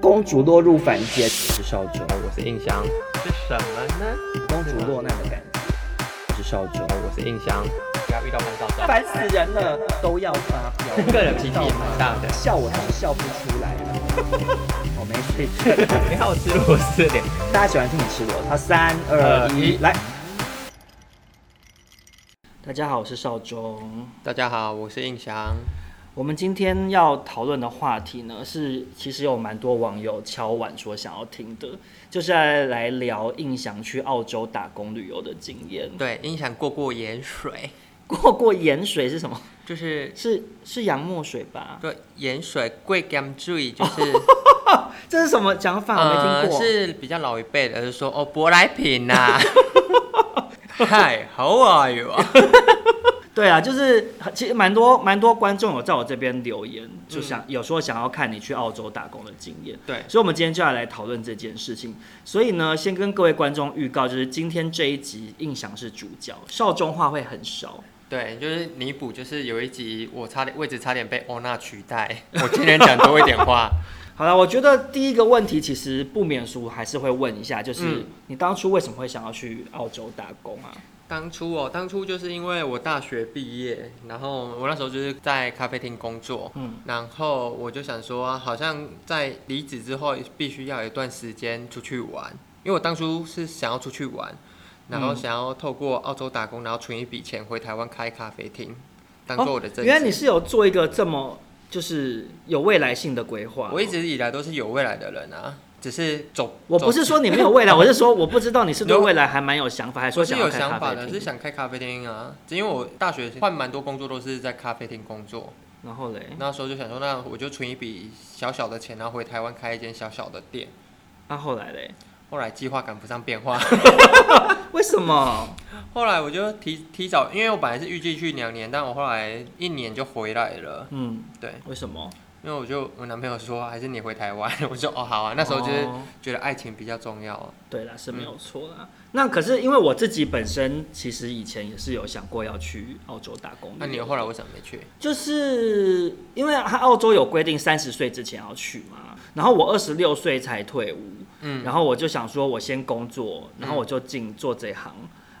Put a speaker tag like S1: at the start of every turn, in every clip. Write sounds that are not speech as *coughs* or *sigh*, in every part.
S1: 公主落入凡间，我是少主，
S2: 我是印象，是什么呢？
S1: 公主落难的感觉，我是少主，
S2: 我是印象，不要遇到潘少少，
S1: 烦死人了，都要发飙，
S2: 个人脾气也蛮大的。
S1: 笑我是笑不出来了。我没事，
S2: 你好吃螺丝脸，
S1: 大家喜欢听你吃螺，他三二
S2: 呃
S1: 一，
S2: 一
S1: 来。大家好，我是少中。
S2: 大家好，我是印象，
S1: 我们今天要讨论的话题呢，是其实有蛮多网友敲碗说想要听的，就是来来聊印象去澳洲打工旅游的经验。
S2: 对，印象过过盐水，
S1: 过过盐水是什么？
S2: 就
S1: *laughs*
S2: 是
S1: 是是洋墨水吧？
S2: 对盐水贵甘水，就是 *laughs*
S1: 这是什么讲法？我没
S2: 呃
S1: 听过。
S2: 是比较老一辈的，就说哦舶来品 *laughs* 呐、Hi, how are you？
S1: 对啊，就是其实蛮多蛮多观众有在我这边留言，就想、有说想要看你去澳洲打工的经验。
S2: 对
S1: 所以我们今天就要来讨论这件事情。所以呢，先跟各位观众预告，就是今天这一集印象是主角，少中话会很少。
S2: 对，就是弥补，就是有一集我差点位置差点被欧娜取代，我今天讲多一点话。
S1: 好了，我觉得第一个问题其实不免俗，还是会问一下，就是
S2: 嗯
S1: 你当初为什么会想要去澳洲打工啊？
S2: 当初哦，当初就是因为我大学毕业，然后我那时候就是在咖啡厅工作，
S1: 嗯
S2: 嗯，然后我就想说，好像在离职之后必须要有一段时间出去玩，因为我当初是想要出去玩，然
S1: 嗯
S2: 后想要透过澳洲打工，然后存一笔钱回台湾开咖啡厅，当做我的正职。
S1: 哦原来你是有做一个这么就是有未来性的规划。
S2: 我一直以来都是有未来的人啊，只是走，
S1: 我不是说你没有未
S2: *laughs*
S1: 来，我是说我不知道你是对未来还蛮有想法，还
S2: 我
S1: 说
S2: 是
S1: 想
S2: 有
S1: 要开
S2: 想
S1: 咖
S2: 法
S1: 啡
S2: 的，是
S1: 厅。
S2: 想开咖啡厅啊，因为我大学换蛮多工作都是在咖啡厅工作。
S1: 然后嘞，
S2: 那时候就想说，那我就存一笔小小的钱，然后回台湾开一间小小的店。
S1: 那、啊后来嘞，
S2: 后来计划赶不上变化， *laughs*
S1: 为什么？
S2: 后来我就提提早，因为我本来是预计去两年，但我后来一年就回来了。
S1: 嗯，
S2: 对，
S1: 为什么？
S2: 因为我就我男朋友说，还是你回台湾， *laughs* 我说哦好啊。那时候就是
S1: 哦
S2: 觉得爱情比较重要啊。
S1: 对啦，是没有错
S2: 嗯
S1: 啦。那可是因为我自己本身其实以前也是有想过要去澳洲打工的，
S2: 那啊你后来为什么没去？
S1: 就是因为他澳洲有规定三十岁之前要去嘛，然后我二十六岁才退伍，
S2: 嗯
S1: 然后我就想说我先工作，然后我就进做这行。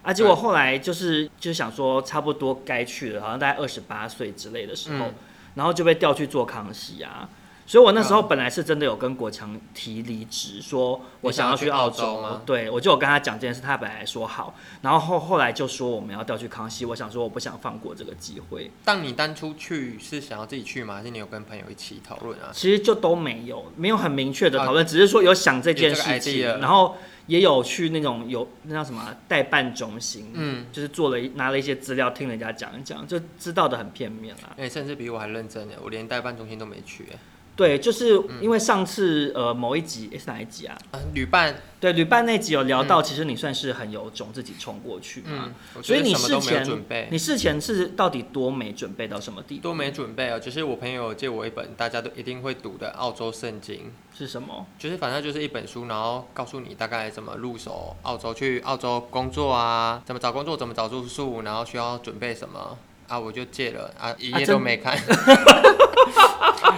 S1: 啊，结果后来就是就想说差不多该去了，好像大概二十八岁之类的时候，
S2: 嗯
S1: 然后就被调去做康熙啊。所以我那时候
S2: 嗯
S1: 本来是真的有跟国强提离职，说我想要去澳
S2: 你想要去
S1: 洲
S2: 澳洲吗
S1: 对我就有跟他讲这件事，他本来说好，然后后后来就说我们要调去康熙，我想说我不想放过这个机会，
S2: 但你当初去是想要自己去吗？还是你有跟朋友一起讨论啊？
S1: 其实就都没有，没有很明确的讨论，只是说有想这件事
S2: 有这
S1: 情，
S2: 个 idea 嗯
S1: 然后也有去那种有那叫什么啊代办中心，
S2: 嗯，
S1: 就是做了一拿了一些资料，听人家讲一讲，就知道的很片面啦。
S2: 哎、甚至比我还认真呢，我连代办中心都没去、欸。
S1: 对，就是因为上次
S2: 嗯
S1: 呃某一集、诶是哪一集啊？
S2: 啊，旅伴，
S1: 对，旅伴那集有聊到，其实你算是很有种自己冲过去嘛
S2: 嗯，，我
S1: 啊所
S2: 觉
S1: 以
S2: 得
S1: 你
S2: 什么
S1: 事
S2: 都没有
S1: 前
S2: 准备。
S1: 你事前是到底多没准备到什么地步？
S2: 都没准备哦，只是我朋友借我一本大家都一定会读的澳洲圣经，
S1: 是什么？
S2: 就是反正就是一本书，然后告诉你大概怎么入手澳洲，去澳洲工作啊，怎么找工作，怎么找住宿，然后需要准备什么啊，我就借了啊，一
S1: 啊
S2: 页
S1: 真
S2: 都没看。 *laughs*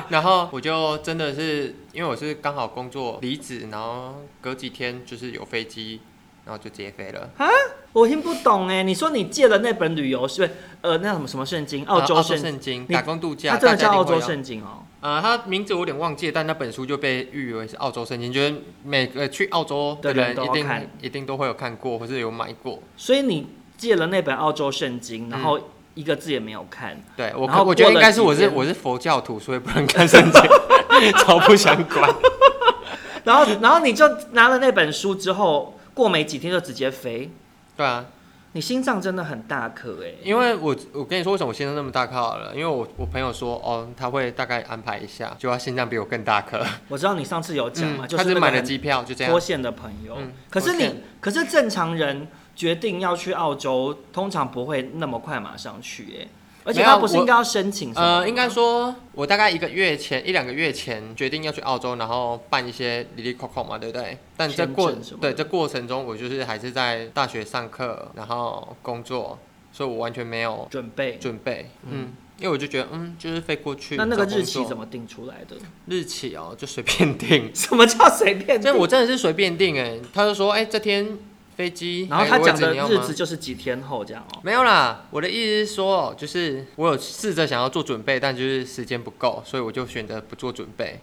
S2: 然后我就真的是，因为我是刚好工作离职，然后隔几天就是有飞机，然后就直接飞了。
S1: 我听不懂哎、你说你借了那本旅游是不是呃那什么什么圣经？
S2: 啊
S1: 洲
S2: 澳洲
S1: 圣
S2: 圣经
S1: 你
S2: 打工度假，
S1: 它真的
S2: 大家
S1: 叫澳
S2: 一定会
S1: 洲
S2: 要
S1: 圣经哦。
S2: 呃，它名字我有点忘记，但那本书就被誉为是澳洲圣经，就是每个去澳洲的
S1: 的人
S2: 人
S1: 都
S2: 一
S1: 要
S2: 定
S1: 看
S2: 一定都会有看过，或是有买过。
S1: 所以你借了那本澳洲圣经，然后一个字也没有看，
S2: 对我
S1: 然后
S2: 看，我觉得
S1: 过了
S2: 应该
S1: 几
S2: 是我是
S1: 天
S2: 我是佛教徒，所以不能看圣
S1: *laughs*
S2: 经，超不想管。
S1: 然后 *laughs* 然后你就拿了那本书之后，过没几天就直接飞，
S2: 对啊，
S1: 你心脏真的很大颗哎、
S2: 因为我我跟你说为什么我心脏那么大颗好了，因为我我朋友说哦他会大概安排一下，就他心脏比我更大颗，
S1: 我知道你上次有讲嘛，
S2: 嗯
S1: 就
S2: 他
S1: 是
S2: 只买了
S1: 几
S2: 机票就这
S1: 脱
S2: 样，
S1: 线的朋友，
S2: 嗯
S1: 可是
S2: 脱
S1: 你
S2: 线
S1: 可是正常人决定要去澳洲，通常不会那么快马上去哎、而且
S2: 没有
S1: 他不是
S2: 我
S1: 应该要申请什么的吗
S2: 呃，应该说，我大概一个月前一两个月前决定要去澳洲，然后办一些里里扣扣嘛，对不对？但这
S1: 签证
S2: 过
S1: 什么的
S2: 对这过程中，我就是还是在大学上课，然后工作，所以我完全没有
S1: 准备。
S2: 准备，嗯，因为我就觉得，嗯，就是飞过去。
S1: 那那个日期
S2: 么？
S1: 怎么定出来的？ *laughs*
S2: 日期哦，就随便定。 *laughs*
S1: 什么叫随便定？
S2: 但我真的是随便定哎，他就说，哎、这天飞机，
S1: 然后
S2: 还
S1: 他
S2: 有位
S1: 讲
S2: 置
S1: 的
S2: 哎你要
S1: 日
S2: 吗
S1: 子就是几天后这样哦、
S2: 没有啦，我的意思是说，就是我有试着想要做准备，但就是时间不够，所以我就选择不做准备。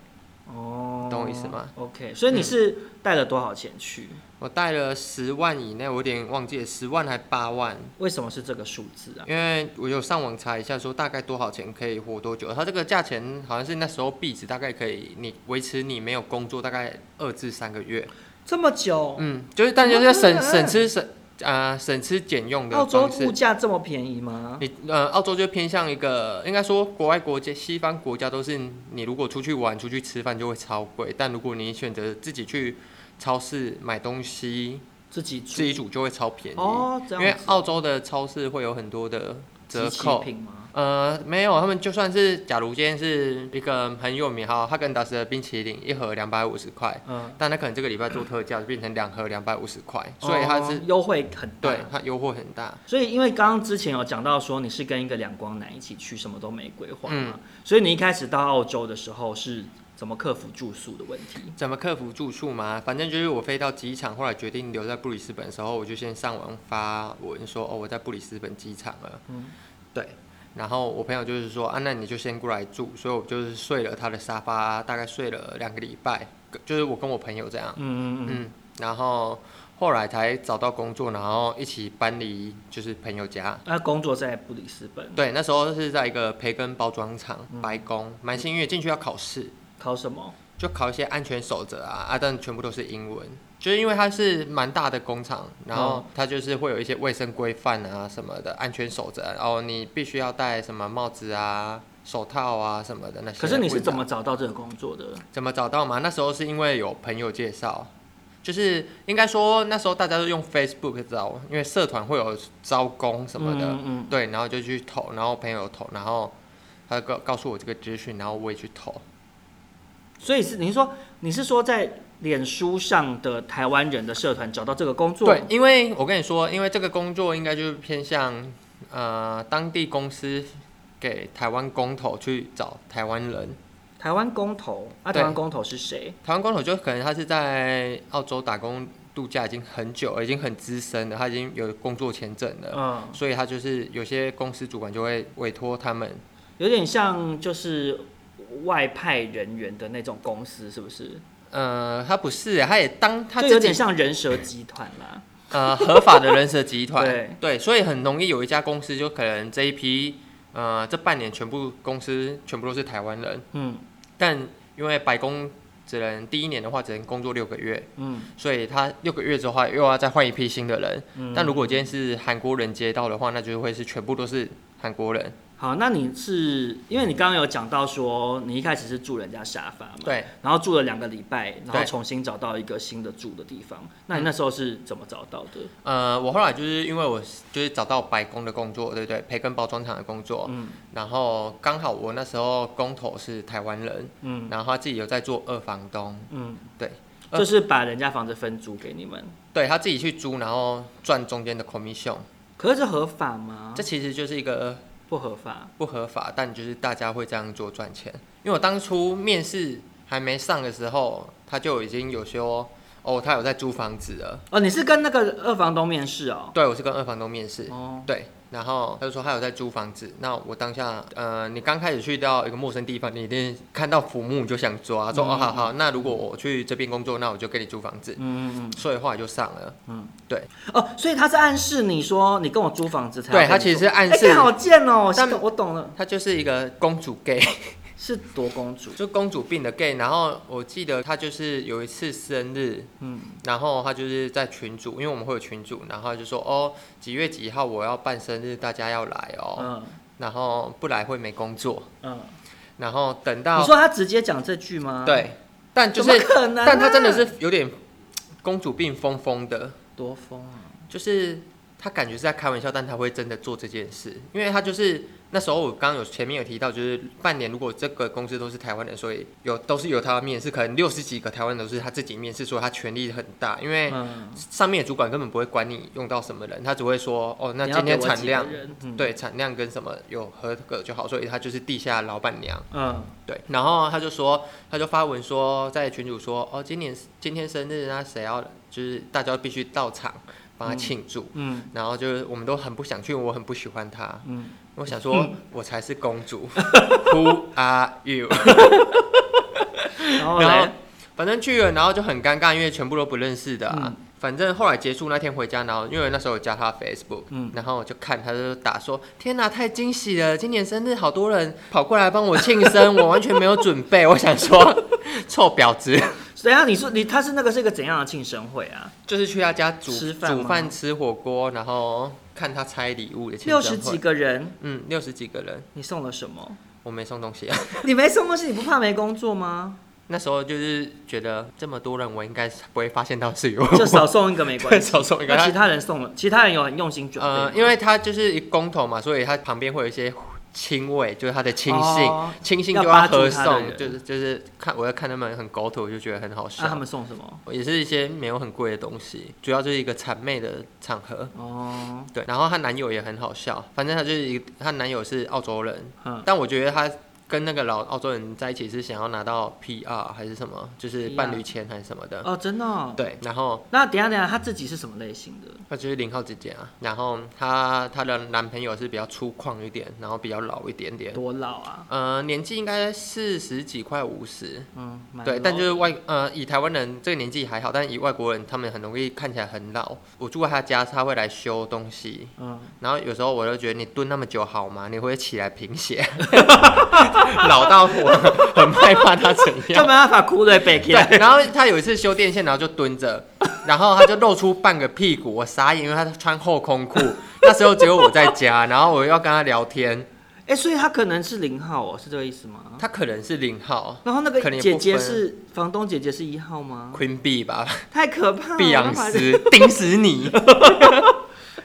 S1: 哦，
S2: 懂我意思吗
S1: ？OK，所以
S2: 嗯
S1: 你是带了多少钱去？
S2: 我带了十万以内，我有点忘记了，十万还八万，
S1: 为什么是这个数字啊？
S2: 因为我有上网查一下，说大概多少钱可以活多久。它这个价钱好像是那时候币值大概可以你维持你没有工作大概二至三个月。
S1: 这么久，
S2: 嗯，就是但就是要
S1: 怎么
S2: 省
S1: 可能
S2: 省吃省啊省吃俭用的
S1: 澳洲
S2: 方
S1: 物
S2: 式。
S1: 价这么便宜吗？
S2: 你呃，澳洲就偏向一个，应该说国外国家、西方国家都是，你如果出去玩、出去吃饭就会超贵，但如果你选择自己去超市买东西，
S1: 自己
S2: 自
S1: 住
S2: 己煮就会超便宜。
S1: 哦，这
S2: 因
S1: 样
S2: 为
S1: 子
S2: 澳洲的超市会有很多的折
S1: 机器
S2: 扣。
S1: 品吗？
S2: 呃，没有，他们就算是，假如今天是一个很有名哈，哈根达斯的冰淇淋一盒两百五十块，
S1: 嗯，
S2: 但它可能这个礼拜做特价就变成两盒两百五十块，所以它是、
S1: 哦优惠很大。
S2: 对它优惠很大。
S1: 所以，因为刚刚之前有讲到说你是跟一个两光男一起去，什么都没规划
S2: 嗯
S1: 嘛，所以你一开始到澳洲的时候是怎么克服住宿的问题？
S2: 怎么克服住宿嘛？反正就是我飞到机场，后来决定留在布里斯本的时候，我就先上网发文说哦，我在布里斯本机场了。嗯，对。然后我朋友就是说啊，那你就先过来住，所以我就是睡了他的沙发，大概睡了两个礼拜，就是我跟我朋友这样。
S1: 嗯嗯嗯，
S2: 嗯，然后后来才找到工作，然后一起搬离就是朋友家。
S1: 那、工作在布里斯本，
S2: 对，那时候是在一个培根包装厂，白宫，蛮幸运，进去要考试。
S1: 考什么？
S2: 就考一些安全守则啊啊，但全部都是英文，就是因为它是蛮大的工厂，
S1: 嗯
S2: 然后它就是会有一些卫生规范啊什么的安全守则，然后你必须要戴什么帽子啊、手套啊什么的那些。
S1: 可是你是怎
S2: 味
S1: 么
S2: 道
S1: 找到这个工作的？
S2: 怎么找到嘛？那时候是因为有朋友介绍。就是应该说那时候大家都用 Facebook 招，因为社团会有招工什么的，
S1: 嗯嗯
S2: 对，然后就去投，然后朋友投，然后他告告诉我这个资讯，然后我也去投，
S1: 嗯所以是你是说你是说在脸书上的台湾人的社团找到这个工作？
S2: 对，，因为我跟你说，因为这个工作应该就是偏向呃当地公司给台湾工头去找台湾人，
S1: 台湾工头啊，
S2: 对
S1: 台湾工头是谁？
S2: 台湾工头就可能他是在澳洲打工度假已经很久了，已经很资深了，他已经有工作签证了，
S1: 嗯，
S2: 所以他就是有些公司主管就会委托他们。
S1: 有点像就是外派人员的那种公司，是不是？
S2: 呃，他不是，他也当他
S1: 就
S2: 自
S1: 有点
S2: 己
S1: 像人蛇集团啦。
S2: 呃合法的人蛇集团，
S1: *laughs* 对
S2: 所以很容易有一家公司就可能这一批呃这半年全部公司全部都是台湾人，
S1: 嗯
S2: 但因为白宫只能第一年的话只能工作六个月，
S1: 嗯，
S2: 所以他六个月之后又要再换一批新的人。
S1: 嗯
S2: 但如果今天是韩国人接到的话，那就会是全部都是韩国人。
S1: 好，那你是因为你刚刚有讲到说你一开始是住人家沙发嘛，
S2: 对，
S1: 然后住了两个礼拜，然后
S2: 对嗯
S1: 重新找到一个新的住的地方。那你那时候是怎么找到的？
S2: 呃，我后来就是因为我就是找到白宫的工作，对不对？培根包装厂的工作，
S1: 嗯
S2: 然后刚好我那时候工头是台湾人，
S1: 嗯
S2: 然后他自己有在做二房东，
S1: 嗯，
S2: 对，呃
S1: 就是把人家房子分租给你们，
S2: 对他自己去租，然后赚中间的
S1: 哦
S2: commission，
S1: 可是这合法吗
S2: 这？其实就是一个
S1: 不合法。
S2: 不合法，但就是大家会这样做赚钱。因为我当初面试还没上的时候，他就已经有说，哦，他有在租房子了。
S1: 哦，你是跟那个二房东面试哦？
S2: 对，我是跟二房东面试，
S1: 哦，
S2: 对，然后他就说他有在租房子。那我当下，呃，你刚开始去到一个陌生地方，你一定看到浮木就想抓，说、哦，好好，那如果我去这边工作，那我就跟你租房子。
S1: 嗯嗯
S2: 所以后来就上了，
S1: 嗯，哦，所以他是暗示你说你跟我租房子才要
S2: 对
S1: 跟
S2: 他
S1: 你
S2: 其实
S1: 住
S2: 是暗
S1: 哎
S2: 示
S1: 干，好贱哦！
S2: 但
S1: 我懂了，
S2: 他就是一个公主 gay。
S1: 是夺公主。
S2: 就公主病的 gay，然后我记得他就是有一次生日，
S1: 嗯
S2: 嗯，然后他就是在群组，因为我们会有群组，然后他就说哦几月几号我要办生日，大家要来哦，
S1: 嗯
S2: 然后不来会没工作，
S1: 嗯，
S2: 然后等
S1: 你
S2: 到
S1: 说他直接讲这句吗？，
S2: 对，但就
S1: 怎么
S2: 是、
S1: 可能啊？
S2: 但他真的是有点公主病疯疯的，
S1: 多疯啊！
S2: 就是他感觉是在开玩笑，但他会真的做这件事，因为他就是那时候我刚刚有前面有提到，就是半年如果这个公司都是台湾人，所以有都是由他面试，可能六十几个台湾人都是他自己面试，所以他权力很大，因为
S1: 嗯，
S2: 上面的主管根本不会管你用到什么人，他只会说哦，那
S1: 你要
S2: 今天
S1: 给我
S2: 产
S1: 几个
S2: 量。
S1: 人，嗯，
S2: 对产量跟什么有合格就好，所以他就是地下老板娘。
S1: 嗯，
S2: 对，然后他就说，他就发文说，在群主说，哦，今年今天生日，那谁要就是大家必须到场帮他庆祝。
S1: 嗯，
S2: 然后就是我们都很不想去，我很不喜欢他。
S1: 嗯
S2: 我想说，我才是
S1: *laughs*
S2: 公主，Who are you？
S1: 嗯然后
S2: 然后
S1: 来，
S2: 反正去了，然后就很尴尬，因为全部都不认识的啊。
S1: 嗯
S2: 反正后来结束那天回家，然后因为那时候有加他 Facebook，、
S1: 嗯
S2: 然后我就看他就打说：“天哪、太惊喜了！今年生日好多人跑过来帮我庆生， *laughs* 我完全没有准备。”我想说， *laughs* 臭婊子，
S1: 等一下你说你他是那个是一个怎样的庆生会啊？
S2: 就是去他家煮
S1: 吃饭吗
S2: 煮饭、吃火锅，然后看他拆礼物的庆
S1: 六
S2: 生会。
S1: 十几，个人，
S2: 嗯，六十几个人，
S1: 你送了什么？
S2: 我没送东西啊。
S1: *laughs* 你没送东西，你不怕没工作吗？
S2: 那时候就是觉得这么多人，我应该是不会发现到是有
S1: 就
S2: *laughs*
S1: 少送一个没关
S2: 对
S1: 系。
S2: 少送一个。
S1: 那
S2: 他
S1: 其他人送了，其他人有很用心准备吗
S2: 呃，，因为它就是一公投嘛，所以它旁边会有一些亲味，就是它的亲信，
S1: 哦
S2: 亲信
S1: 要
S2: 就
S1: 扒住
S2: 合
S1: 它的
S2: 送，
S1: 人
S2: 就是就是看我要看他们很狗腿，我就觉得很好笑。
S1: 那他们送什么？
S2: 也是一些没有很贵的东西，主要就是一个谄媚的场合。
S1: 哦，
S2: 对，然后她男友也很好笑，反正她就是一她男友是澳洲人，
S1: 嗯
S2: 但我觉得她跟那个老澳洲人在一起是想要拿到 PR 还是什么，就是伴侣签还是什么的。
S1: 哦，真的哦、
S2: 对，然后
S1: 那等一下等一下，他自己是什么类型的？
S2: 她就是零号姐姐啊，然后她她的男朋友是比较粗犷一点，然后比较老一点点，
S1: 多老啊？
S2: 呃，年纪应该四十几快五十，
S1: 嗯，蛮
S2: 对，
S1: 老
S2: 但就是
S1: 的
S2: 外呃，以台湾人这个年纪还好，但以外国人他们很容易看起来很老。我住在他家，他会来修东西，
S1: 嗯，
S2: 然后有时候我就觉得你蹲那么久好吗？你会起来贫血， *laughs* 老到我很害怕他怎
S1: 就
S2: 样
S1: 没。办法哭了，北 *laughs* 天。
S2: *laughs* 对，然后他有一次修电线，然后就蹲着，然后他就露出半个屁股，我傻眼，因为他穿后空裤，那时候只有我在家，然后我要跟他聊天，
S1: 哎、所以他可能是零号哦，是这个意思吗？
S2: *laughs* 他可能是零号
S1: 然后那个
S2: 可能也
S1: 姐
S2: 不
S1: 姐
S2: 分
S1: 是房东姐姐是一号吗？
S2: Queen B 吧， *laughs*
S1: 太可怕了，
S2: 碧昂
S1: 他把
S2: 斯盯死你！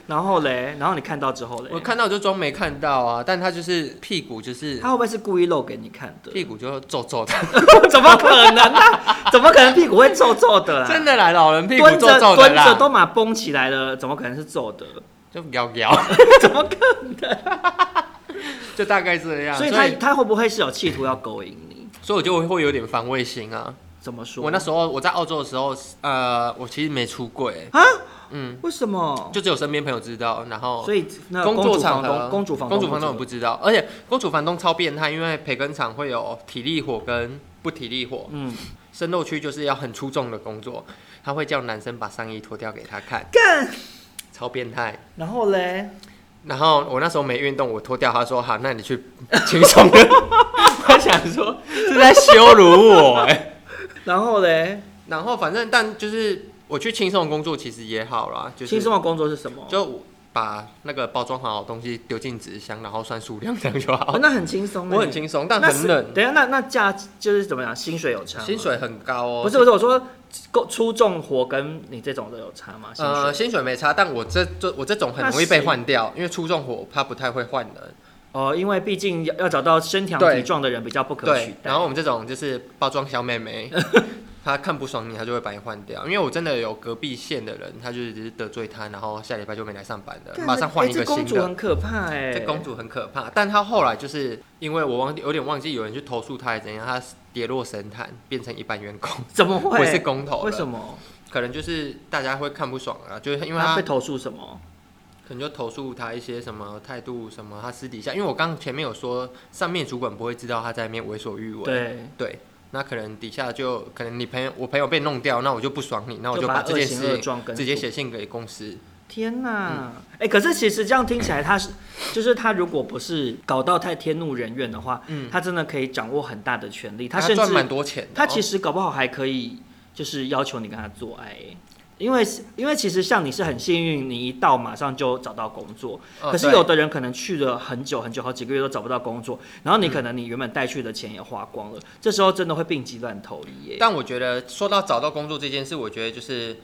S1: 然后嘞，然后你看到之后嘞，
S2: *laughs* 我看到就装没看到啊，但他就是屁股就是
S1: 他会不会是故意露给你看的？
S2: 啊屁股就皱皱的，
S1: *laughs* 怎么可能啊？怎么可能屁股会皱皱的啦？
S2: *laughs* 真的啦，老人屁股
S1: 蹲
S2: 皱
S1: 着
S2: 皱的
S1: 蹲着
S2: 啦，
S1: 都马绷起来了，怎么可能是皱的？
S2: 就摇 *laughs* 摇，
S1: 怎么可
S2: *laughs* 就大概这样。
S1: 所
S2: 所
S1: 以
S2: 以
S1: 他
S2: 啊所
S1: 他会不会是有企图要勾引你？
S2: 以我就会有点防卫心啊。
S1: 怎么说？
S2: 我那时候我在澳洲的时候，呃，我其实没出柜，
S1: 啊，
S2: 嗯，
S1: 为什么？
S2: 就只有身边朋友知道，然后
S1: 所以那
S2: 工
S1: 主
S2: 作
S1: 房
S2: 场
S1: 东、
S2: 合，啊
S1: 公主房东、
S2: 公主房东也不知道，而且公主房东超变态，因为培根厂会有体力活跟不体力活，
S1: 嗯，
S2: 生肉区就是要很出众的工作，他会叫男生把上衣脱掉给他看，
S1: 干。
S2: 超变态。
S1: 然后嘞，
S2: 然后我那时候没运动，我脱掉，他说好，那你去
S1: *laughs*
S2: 轻松 *laughs* 的。 *laughs* 我想说是在羞辱我哎、
S1: 然后嘞，
S2: 然后反正但就是我去轻松的工作其实也好啦，就是
S1: 轻松的工作是什么？
S2: 就把那个包装好的东西丢进纸箱，然后算数量这样就好
S1: 哦。那很轻松欸，
S2: *laughs* 我很轻松，但
S1: 那
S2: 很
S1: 是
S2: 冷，
S1: 等一下，那那价就是怎么样？薪水有差吗？
S2: 薪水很高哦。
S1: 不是不是，我说够出重活跟你这种的有差吗？薪
S2: 呃，
S1: 水
S2: 薪水没差，但我这这我这种很容易被换掉，因为出重火它不太会换人。
S1: 哦，因为毕竟要要找到身强
S2: 对
S1: 体壮的人比较不可取
S2: 对，
S1: 代。
S2: 然后我们这种就是包装小
S1: *laughs*
S2: 妹妹，她看不爽你，她就会把你换掉。因为我真的有隔壁县的人，他就是只是得罪她，然后下礼拜就没来上班了，
S1: 干
S2: 马上换一
S1: 哎
S2: 个
S1: 这
S2: 新
S1: 公主
S2: 的。
S1: 很可怕哎、
S2: 这公主很可怕，但她后来就是因为我忘记有点忘记有人去投诉她还是怎样，她跌落神坛变成一般员工，
S1: 怎么
S2: 不
S1: 会？
S2: 是公投
S1: *laughs* 为
S2: 了。
S1: 什么？
S2: 可能就是大家会看不爽啊，就是因为
S1: 他
S2: 她
S1: 被投诉什么？
S2: 可能就投诉他一些什么态度什么，他私底下，因为我刚前面有说，上面主管不会知道他在那边为所欲为，
S1: 对，
S2: 对那可能底下就可能你朋友我朋友被弄掉，那我就不爽你，那我
S1: 就把
S2: 把
S1: 他
S2: 这件
S1: 恶行恶
S2: 事
S1: 状
S2: 情
S1: 跟
S2: 直接写信给公司，
S1: 天呐，
S2: 嗯
S1: 哎、可是其实这样听起来，他是就是他如果不是搞到太天怒人怨的话，
S2: 嗯
S1: 他真的可以掌握很大的权力，甚
S2: 他赚蛮
S1: 至
S2: 多钱的哦，
S1: 他其实搞不好还可以就是要求你跟他做爱、欸因为因为其实像你是很幸运，你一到马上就找到工作，
S2: 嗯
S1: 可是
S2: 对
S1: 有的人可能去了很久很久，好几个月都找不到工作，然后你
S2: 嗯
S1: 可能你原本带去的钱也花光了，这时候真的会病急乱投医耶、
S2: 但我觉得说到找到工作这件事，我觉得就是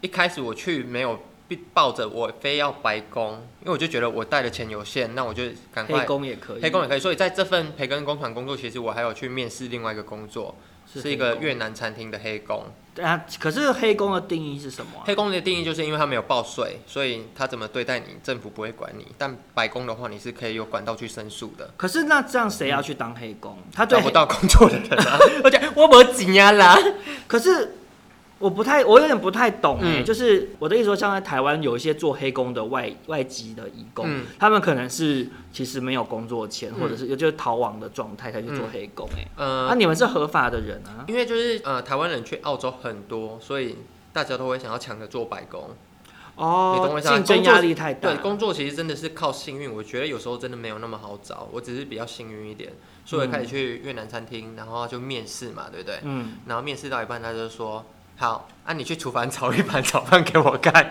S2: 一开始我去没有必抱着我非要白工，因为我就觉得我带的钱有限，那我就赶
S1: 黑
S2: 快
S1: 工也可以，
S2: 黑工也可以。所以在这份培根工厂工作，其实我还有去面试另外一个工作，是一个
S1: 月。
S2: 越南餐厅的黑工。
S1: 对啊，可是黑工的定义是什么啊、
S2: 黑工的定义就是因为他没有报税，所以他怎么对待你，政府不会管你。但白工的话，你是可以有管道去申诉的。
S1: 可是那这样谁要去当黑工？他对
S2: 找
S1: 黑 *laughs*
S2: 不到工作的人啊， *laughs* 而且我没钱啊啦。
S1: 可是我不太，我有点不太懂哎、
S2: 嗯
S1: 就是我的意思说，像在台湾有一些做黑工的外外籍的义工，
S2: 嗯
S1: 他们可能是其实没有工作签，
S2: 嗯
S1: 或者是有就是逃亡的状态才去做黑工哎、那、
S2: 呃，
S1: 你们是合法的人啊？
S2: 因为就是呃，台湾人去澳洲很多，所以大家都会想要抢着做白工。你懂
S1: 哦
S2: 我，意思啊
S1: 竞争压力太大
S2: 对，，工作其实真的是靠幸运，我觉得有时候真的没有那么好找，我只是比较幸运一点，所以我开始去越南餐厅，然后就面试嘛，对不对？
S1: 嗯，
S2: 然后面试到一半，他就说：“好，啊，你去厨房炒一盘炒饭给我看。”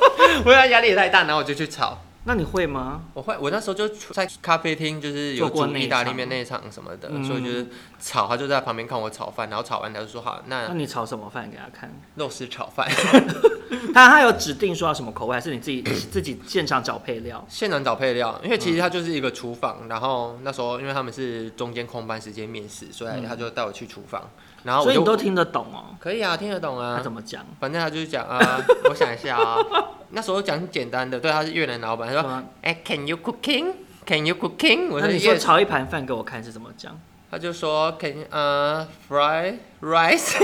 S2: *laughs* 我要压力也太大，然后我就去炒。
S1: 那你会吗？
S2: 我会，我那时候就出在咖啡厅，就是有
S1: 做过
S2: 煮
S1: 内
S2: 意大利
S1: 场
S2: 面内场什么的，
S1: 嗯
S2: 所以就是炒，他就在旁边看我炒饭，然后炒完他就说：“好，
S1: 那
S2: 那
S1: 你炒什么饭给他看？ *coughs*
S2: 肉丝炒饭。” *laughs*
S1: 他他有指定说要什么口味，还是你自己 *coughs* 自己现场找配料？
S2: 现场找配料，因为其实它就是一个厨房，
S1: 嗯
S2: 然后那时候因为他们是中间空班时间面试，所以他就带我去厨房，然
S1: 嗯
S2: 后
S1: 所
S2: 我
S1: 以你
S2: 就
S1: 都听得懂哦、
S2: 可以啊，听得懂
S1: 他
S2: 啊
S1: 怎，么讲？
S2: 反正他就是讲
S1: *laughs*
S2: 啊，我想一下啊，那时候讲简单的，对，他是越南老板，他
S1: 对
S2: 说，
S1: 啊
S2: 哎、c a n you cooking？Can you cooking？我
S1: 那
S2: 说
S1: 你说
S2: yes，
S1: 炒一盘饭给我看是怎么讲？
S2: 他就说 Can 呃、fry rice，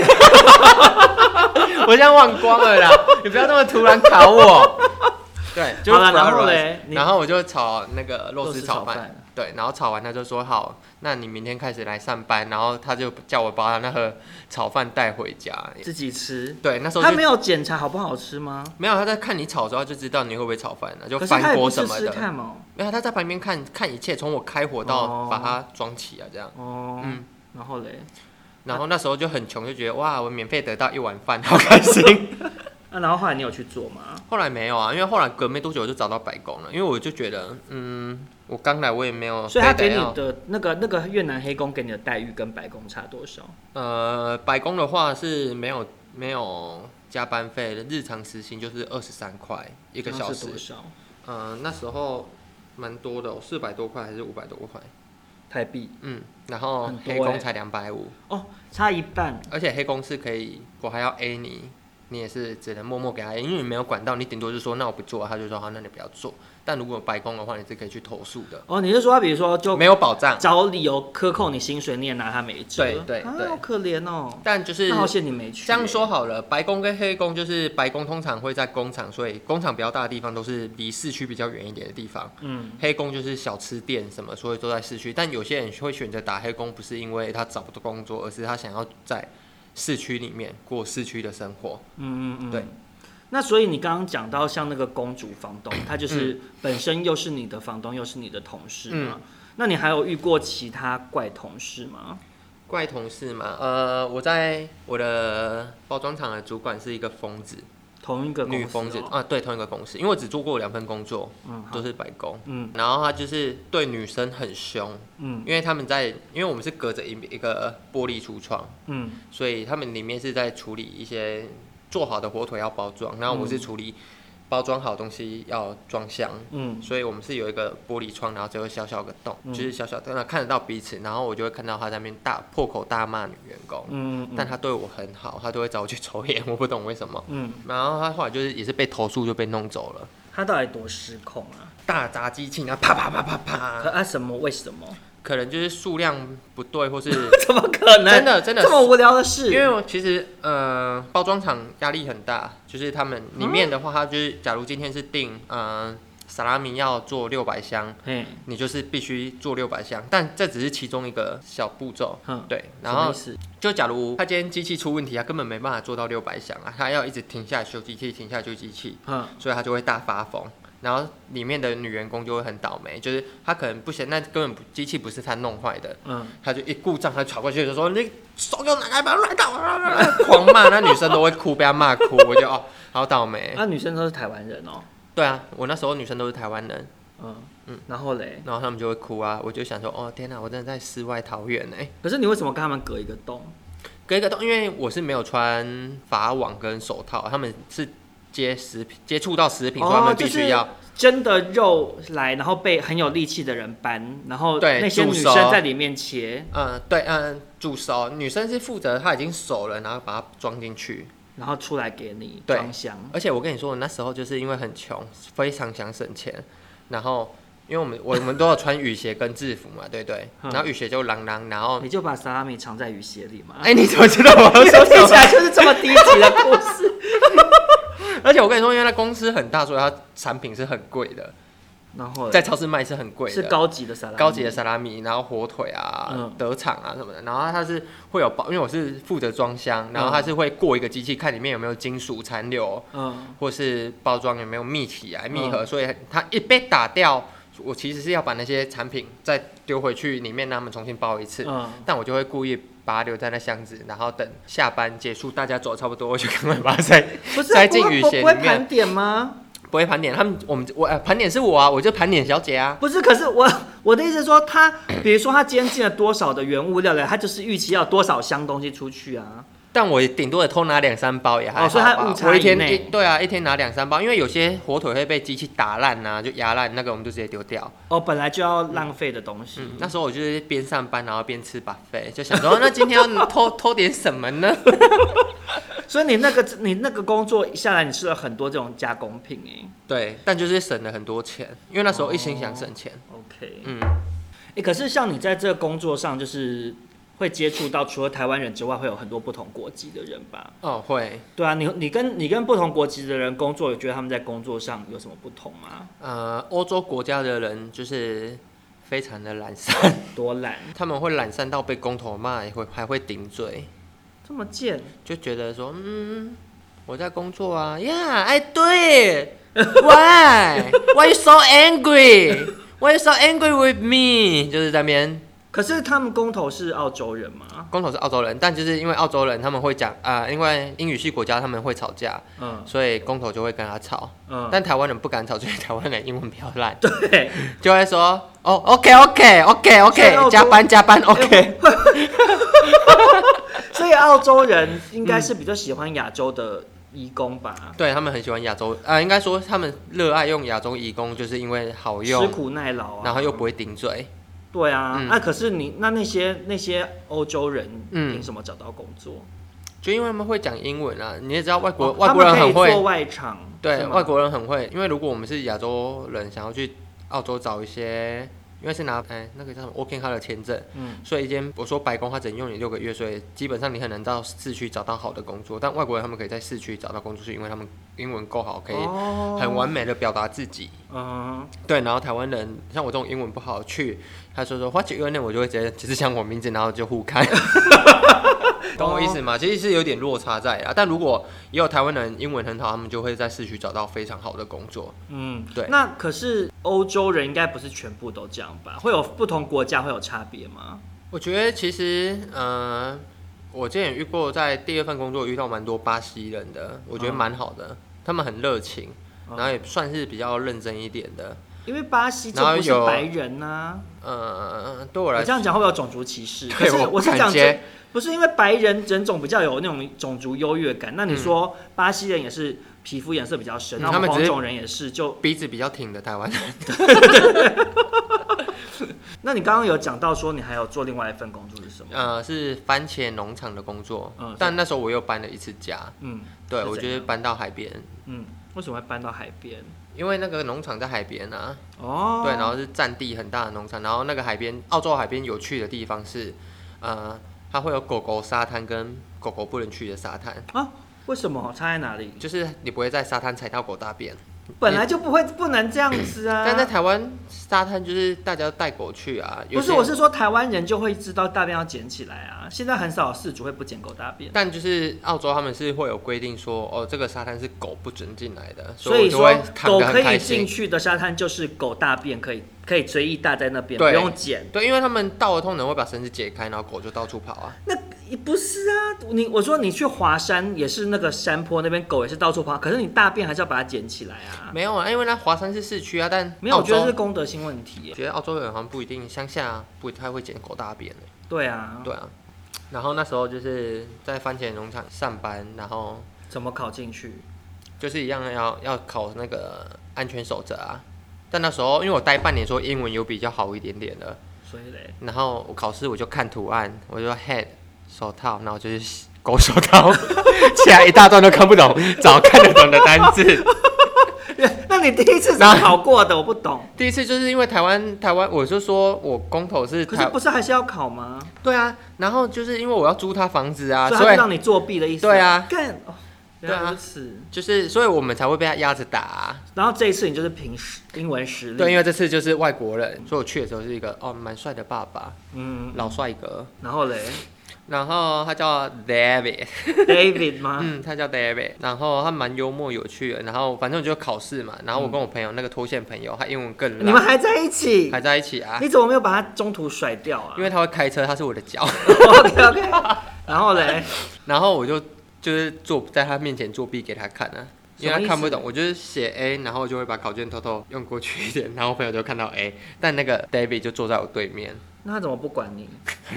S2: 我现在忘光了啦，你不要那么突然考我。 *laughs* 对，就是
S1: 好了
S2: fry
S1: 然后
S2: rice
S1: 嘞你
S2: 然后我就炒那个肉
S1: 肉丝
S2: 丝炒
S1: 炒
S2: 饭
S1: 饭，
S2: 对，然后炒完他就说好，那你明天开始来上班，然后他就叫我把他那个炒饭带回家。
S1: 自己吃。
S2: 对，那时候
S1: 他
S2: 就
S1: 没有检查好不好吃吗？
S2: 没有他在看你炒的时候他就知道你会不会炒饭啊了，就
S1: 可是他
S2: 翻
S1: 也不
S2: 锅
S1: 试
S2: 什么
S1: 试
S2: 的。
S1: 看哦。
S2: 没有他在旁边看看一切，从我开火
S1: 哦
S2: 到把它装起啊，这样。
S1: 哦，
S2: 嗯。
S1: 然后嘞，
S2: 然后那时候就很穷，就觉得哇，我免费得到一碗饭，好开心。
S1: *laughs* 那、啊然后后来你有去做吗？
S2: 后来没有啊，因为后来隔没多久我就找到白宫了，因为我就觉得，嗯，我刚来我也哦没有
S1: 所
S2: 非
S1: 以
S2: 得
S1: 他
S2: 要，
S1: 给你的那个那个越南黑工给你的待遇跟白工差多少？
S2: 呃，白宫的话是没有没有加班费的，日常时薪就是二十三块一个小
S1: 是
S2: 时
S1: 多，少？
S2: 呃，那时候蛮多的、哦，四百多块还是五百多块，
S1: 台币
S2: 嗯，然后
S1: 很多
S2: 黑
S1: 欸
S2: 工才两百五，
S1: 哦，差一半。
S2: 而且黑工是可以，我还要 A 你，你也是只能默默给他 A，因为你没有管到，你顶多就说那我不做，他就说好，那你不要做。但如果白工的话，你是可以去投诉的，
S1: 哦，你是说他比如说就
S2: 没有保障。
S1: 找理由克扣你薪水，你也拿他没辙？
S2: 对对
S1: 啊
S2: 对
S1: 好可怜哦。
S2: 但就是
S1: 那好险你没去。
S2: 这样说好了，白工跟黑工就是白工通常会在工厂，所以工厂比较大的地方都是离市区比较远一点的地方。
S1: 嗯，
S2: 黑工就是小吃店什么，所以都在市区。但有些人会选择打黑工，不是因为他找不到工作，而是他想要在市区里面过市区的生活。
S1: 嗯嗯嗯，
S2: 对。
S1: 那所以你刚刚讲到像那个公主房东，
S2: 嗯
S1: 他就是本身又是你的房东，又是你的同事
S2: 嗯
S1: 嘛。那你还有遇过其他怪同事吗？
S2: 怪同事嘛，呃，我在我的包装厂的主管是一个疯子，
S1: 同一个公
S2: 女
S1: 司、
S2: 疯子
S1: 哦，
S2: 啊，对，同一个公司，因为我只做过两份工作，
S1: 嗯好
S2: 都是白工，
S1: 嗯
S2: 然后她就是对女生很凶，
S1: 嗯
S2: 因为他们在，因为我们是隔着一一个玻璃橱窗，
S1: 嗯，
S2: 所以他们里面是在处理一些做好的火腿要包装，然后我是处理包装好东西要装箱，
S1: 嗯，
S2: 所以我们是有一个玻璃窗，然后只有小小个洞，
S1: 嗯
S2: 就是小小的，那看得到彼此，然后我就会看到他在那边大破口大骂女员工，
S1: 嗯嗯
S2: 但他对我很好，他都会找我去抽烟，我不懂为什么。
S1: 嗯，
S2: 然后他后来就是也是被投诉就被弄走了，
S1: 他到底多失控啊？
S2: 大砸机器，啊然后啪啪啪啪
S1: 可
S2: 啪，
S1: 啊什么？为什么？ *laughs*
S2: 可能就是数量不对，或是。
S1: 怎么可能？
S2: 真的真的
S1: 这么无聊的事？
S2: 因为我其实呃，包装厂压力很大，就是他们里面的话，它就是假如今天是订呃萨拉米要做六百箱，
S1: 嘿，
S2: 你就是必须做六百箱，但这只是其中一个小步骤。
S1: 哼，
S2: 对，
S1: 什
S2: 然
S1: 么
S2: 后
S1: 意思？
S2: 就假如他今天机器出问题，他根本没办法做到六百箱啊，他要一直停下来修机器，停下来修机器，
S1: 哼，
S2: 所以他就会大发疯。然后里面的女员工就会很倒霉，就是他可能不行，那根本不机器不是他弄坏的，
S1: 嗯，
S2: 他就一故障，他就跑过去就说：“你手给我拿来，把我来到！”狂骂，那女生都会哭，被他骂哭。我就哦，好倒霉
S1: 那、。啊女生都是台湾人哦。
S2: 对啊，我那时候女生都是台湾人，
S1: 嗯嗯
S2: 嗯，
S1: 然后嘞？
S2: 然后他们就会哭啊。我就想说，哦天哪，我真的在世外桃源哎、
S1: 可是你为什么跟他们隔一个洞？
S2: 隔一个洞，因为我是没有穿法网跟手套，他们是接食品，接触到食品，
S1: 哦
S2: 所以他们必须要、
S1: 真的肉来，然后被很有力气的人搬，然后
S2: 对
S1: 那些女
S2: 助手
S1: 生在里面切，
S2: 嗯，对，嗯，煮熟。女生是负责她已经熟了，然后把它装进去。
S1: 然后出来给你
S2: 对
S1: 装箱。
S2: 而且我跟你说，我那时候就是因为很穷，非常想省钱，然后因为我们我们都有穿雨鞋跟制服嘛，对不对？
S1: 嗯
S2: 然后雨鞋就啷啷，然后
S1: 你就把萨拉米藏在雨鞋里嘛。
S2: 哎、你怎么知道我要
S1: 你
S2: 说什
S1: 听
S2: 么
S1: 起？来就是这么低级的故事。
S2: *laughs* 而且我跟你说，因为那公司很大，所以它产品是很贵的，
S1: 然后
S2: 在超市卖是很贵
S1: 是
S2: 的，
S1: 高级的萨拉米，
S2: 高级的萨拉米，然后火腿啊、
S1: 嗯
S2: 德肠啊什么的，然后它是会有包，因为我是负责装箱，然后它是会过一个机器看里面有没有金属残留，
S1: 嗯，
S2: 或是包装有没有密起来、密合，
S1: 嗯
S2: 所以它一被打掉，我其实是要把那些产品再丢回去里面，让他们重新包一次。
S1: 嗯，
S2: 但我就会故意把它留在那箱子，然后等下班结束，大家走差不多，我就赶快把它塞
S1: 不是
S2: 塞进
S1: 不会
S2: 雨
S1: 不
S2: 鞋
S1: 不会
S2: 里面
S1: 盘点吗？
S2: 不会盘点，他们我们我呃盘点是我啊，我就盘点小姐啊。
S1: 不是，可是我 *coughs* 我的意思是说，他比如说他今天进了多少的原物料来，他就是预期要多少箱东西出去啊。
S2: 但我顶多也偷拿两三包也还好吧、
S1: 哦所以它误差
S2: 我一天
S1: 以内
S2: 一对啊，一天拿两三包，因为有些火腿会被机器打烂呐、啊，就压烂，那个我们就直接丢掉。
S1: 哦，本来就要浪费的东西。
S2: 那时候我就是边上班然后边吃把费，就想说哦那今天要
S1: *laughs*
S2: 偷偷点什么呢？
S1: 所以你那个你那个工作下来，你吃了很多这种加工品哎、
S2: 对，但就是省了很多钱，因为那时候一心想省钱。
S1: OK，
S2: 嗯，
S1: 哎、可是像你在这个工作上，就是会接触到除了台湾人之外，会有很多不同国籍的人吧？
S2: 哦会，
S1: 对啊，你你跟你跟不同国籍的人工作，有觉得他们在工作上有什么不同吗？
S2: 呃，欧洲国家的人就是非常的懒散， *laughs*
S1: 多懒，
S2: 他们会懒散到被工头骂，也会还会顶嘴。
S1: 这么贱，
S2: 就觉得说，嗯，我在工作啊，呀，哎，对，Why Why you so angry? Why you so angry with me？就是在那边，
S1: 可是他们工头是澳洲人吗？
S2: 工头是澳洲人，但就是因为澳洲人他们会讲啊、因为英语系国家他们会吵架，
S1: 嗯
S2: 所以工头就会跟他吵。
S1: 嗯，
S2: 但台湾人不敢吵，所以台湾人英文比较烂，
S1: 对，
S2: 就会说哦，OK OK OK
S1: 所以澳
S2: OK，
S1: 洲哎
S2: 加班加班 OK。
S1: 所以澳洲人应该是比较喜欢亚洲的移工吧，
S2: 对他们很喜欢亚洲啊、应该说他们热爱用亚洲移工，就是因为好
S1: 吃
S2: 用，
S1: 苦耐劳啊，
S2: 嗯然后又不会顶嘴。
S1: 对啊，
S2: 嗯
S1: 那、可是你那那些那些欧洲人
S2: 嗯
S1: 凭什么找到工作？
S2: 就因为他们会讲英文啊，你也知道外国、
S1: 哦
S2: 外国人很
S1: 他们可以做
S2: 会，
S1: 外场，
S2: 对
S1: 是吗
S2: 外国人很会。因为如果我们是亚洲人，想要去澳洲找一些，因为是拿哎、那个叫什么 Working Holiday 签证，
S1: 嗯
S2: 所以一间我说白宫它只能用你六个月，所以基本上你很难到市区找到好的工作。但外国人他们可以在市区找到工作，是因为他们英文够好，可以
S1: 哦
S2: 很完美的表达自己。
S1: 嗯，
S2: 对，然后台湾人像我这种英文不好去，他说说 What's your name，我就会直接只是想我名字，然后就
S1: *laughs*
S2: 互看，懂我意思吗？其实是有点落差在啊。但如果也有台湾人英文很好，他们就会在市区找到非常好的工作。
S1: 嗯，
S2: 对
S1: 那可是欧洲人应该不是全部都这样吧？会有不同国家会有差别吗？
S2: 我觉得其实，呃，我之前遇过在第二份工作遇到蛮多巴西人的，我觉得
S1: 嗯
S2: 蛮好的，他们很热情，
S1: 嗯
S2: 然后也算是比较认真一点的。
S1: 因为巴西
S2: 然
S1: 这
S2: 后
S1: 不是
S2: 有
S1: 白人啊呐、
S2: 呃，对我
S1: 啊，
S2: 来
S1: 你这样讲会不会有种族歧视？可
S2: 对
S1: 是
S2: 我不
S1: 我是
S2: 敢
S1: 讲
S2: 接
S1: 真，不是因为白人人种比较有那种种族优越感。那你说巴西人也是皮肤颜色比较深，
S2: 嗯
S1: 那我
S2: 他
S1: 们
S2: 们只
S1: 黄
S2: 是
S1: 种人也是，就
S2: 鼻子比较挺的台湾人，
S1: 那你刚刚有讲到说你还有做另外一份工作是什么？
S2: 呃，是番茄农场的工作，
S1: 嗯
S2: 但那时候我又搬了一次家，
S1: 嗯，
S2: 对
S1: 是
S2: 我就
S1: 怎
S2: 是
S1: 样
S2: 搬到海边，
S1: 嗯，为什么会搬到海边？
S2: 因为那个农场在海边啊，
S1: 哦，
S2: 对，然后是占地很大的农场，然后那个海边，澳洲海边有趣的地方是，呃，它会有狗狗沙滩跟狗狗不能去的沙滩，
S1: 啊，为什么差在哪里？
S2: 就是你不会在沙滩踩到狗大便，
S1: 本来就不会不能这样子啊。
S2: *coughs* 但在台湾沙滩就是大家带狗去啊，有
S1: 不是，
S2: 些
S1: 我是说台湾人就会知道大便要捡起来啊。现在很少事主会不捡狗大便，
S2: 但就是澳洲他们是会有规定说，哦，这个沙滩是狗不准进来的，
S1: 所
S2: 以我
S1: 以
S2: 就
S1: 说
S2: 会躺
S1: 狗
S2: 得
S1: 可
S2: 很
S1: 以
S2: 开
S1: 进
S2: 心。
S1: 去的沙滩就是狗大便可以可以随意大在那边，不
S2: 对
S1: 用捡。
S2: 对，因为他们到了通常会把绳子解开，然后狗就到处跑啊。
S1: 那也不是啊，你我说你去华山也是那个山坡那边狗也是到处跑，可是你大便还是要把它捡起来啊。
S2: 没有啊，因为那华山是市区啊，但
S1: 没有，
S2: 澳
S1: 我觉得
S2: 洲
S1: 是公德心问题耶。
S2: 觉得澳洲人好像不一定，乡下不太会捡狗大便欸、
S1: 对啊，
S2: 对啊，然后那时候就是在番茄农场上班，然后
S1: 怎么考进去？
S2: 就是一样要要考那个安全守则啊。但那时候因为我待半年，说英文有比较好一点点了，
S1: 所以嘞，
S2: 然后我考试我就看图案，我就 head 手套，然后就是狗手套， *laughs* 其他一大段都看不懂，找看得懂的单字。
S1: *laughs* 那你第一次怎么考过的？我不懂。
S2: 第一次就是因为台湾台湾，我就说我公投是
S1: 可是
S2: 台
S1: 不是还是要考吗？
S2: 对啊，然后就是因为我要租他房子啊，
S1: 所以
S2: 所
S1: 他
S2: 以
S1: 就让你作弊的意思。
S2: 对啊
S1: 干。哦原
S2: 对
S1: 来
S2: 啊
S1: 如此，
S2: 就是所以我们才会被他压着打、啊。
S1: 然后这一次你就是凭实英文实力，
S2: 对，因为这次就是外国人，所以我去的时候是一个哦蛮帅的爸爸，
S1: 嗯，
S2: 老帅哥，
S1: 然后嘞
S2: 然后他叫 David，
S1: ，David 吗？
S2: 嗯，他叫 David，然后他蛮幽默有趣的，然后反正我就考试嘛，然后我跟我朋友那个脱线朋友，他英文更
S1: 你们
S2: 烂，
S1: 还在一起？
S2: 还在一起啊，
S1: 你怎么没有把他中途甩掉啊
S2: *laughs* 因为他会开车，他是我的脚，
S1: ？OK OK 。然后嘞，
S2: 然后我就就是作在他面前作弊给他看啊。因为
S1: 什么意
S2: 他
S1: 思
S2: 看不懂，我就是写 A，然后就会把考卷偷偷用过去一点，然后我朋友就看到 A，但那个 David 就坐在我对面， *laughs*
S1: 那他怎么不管你？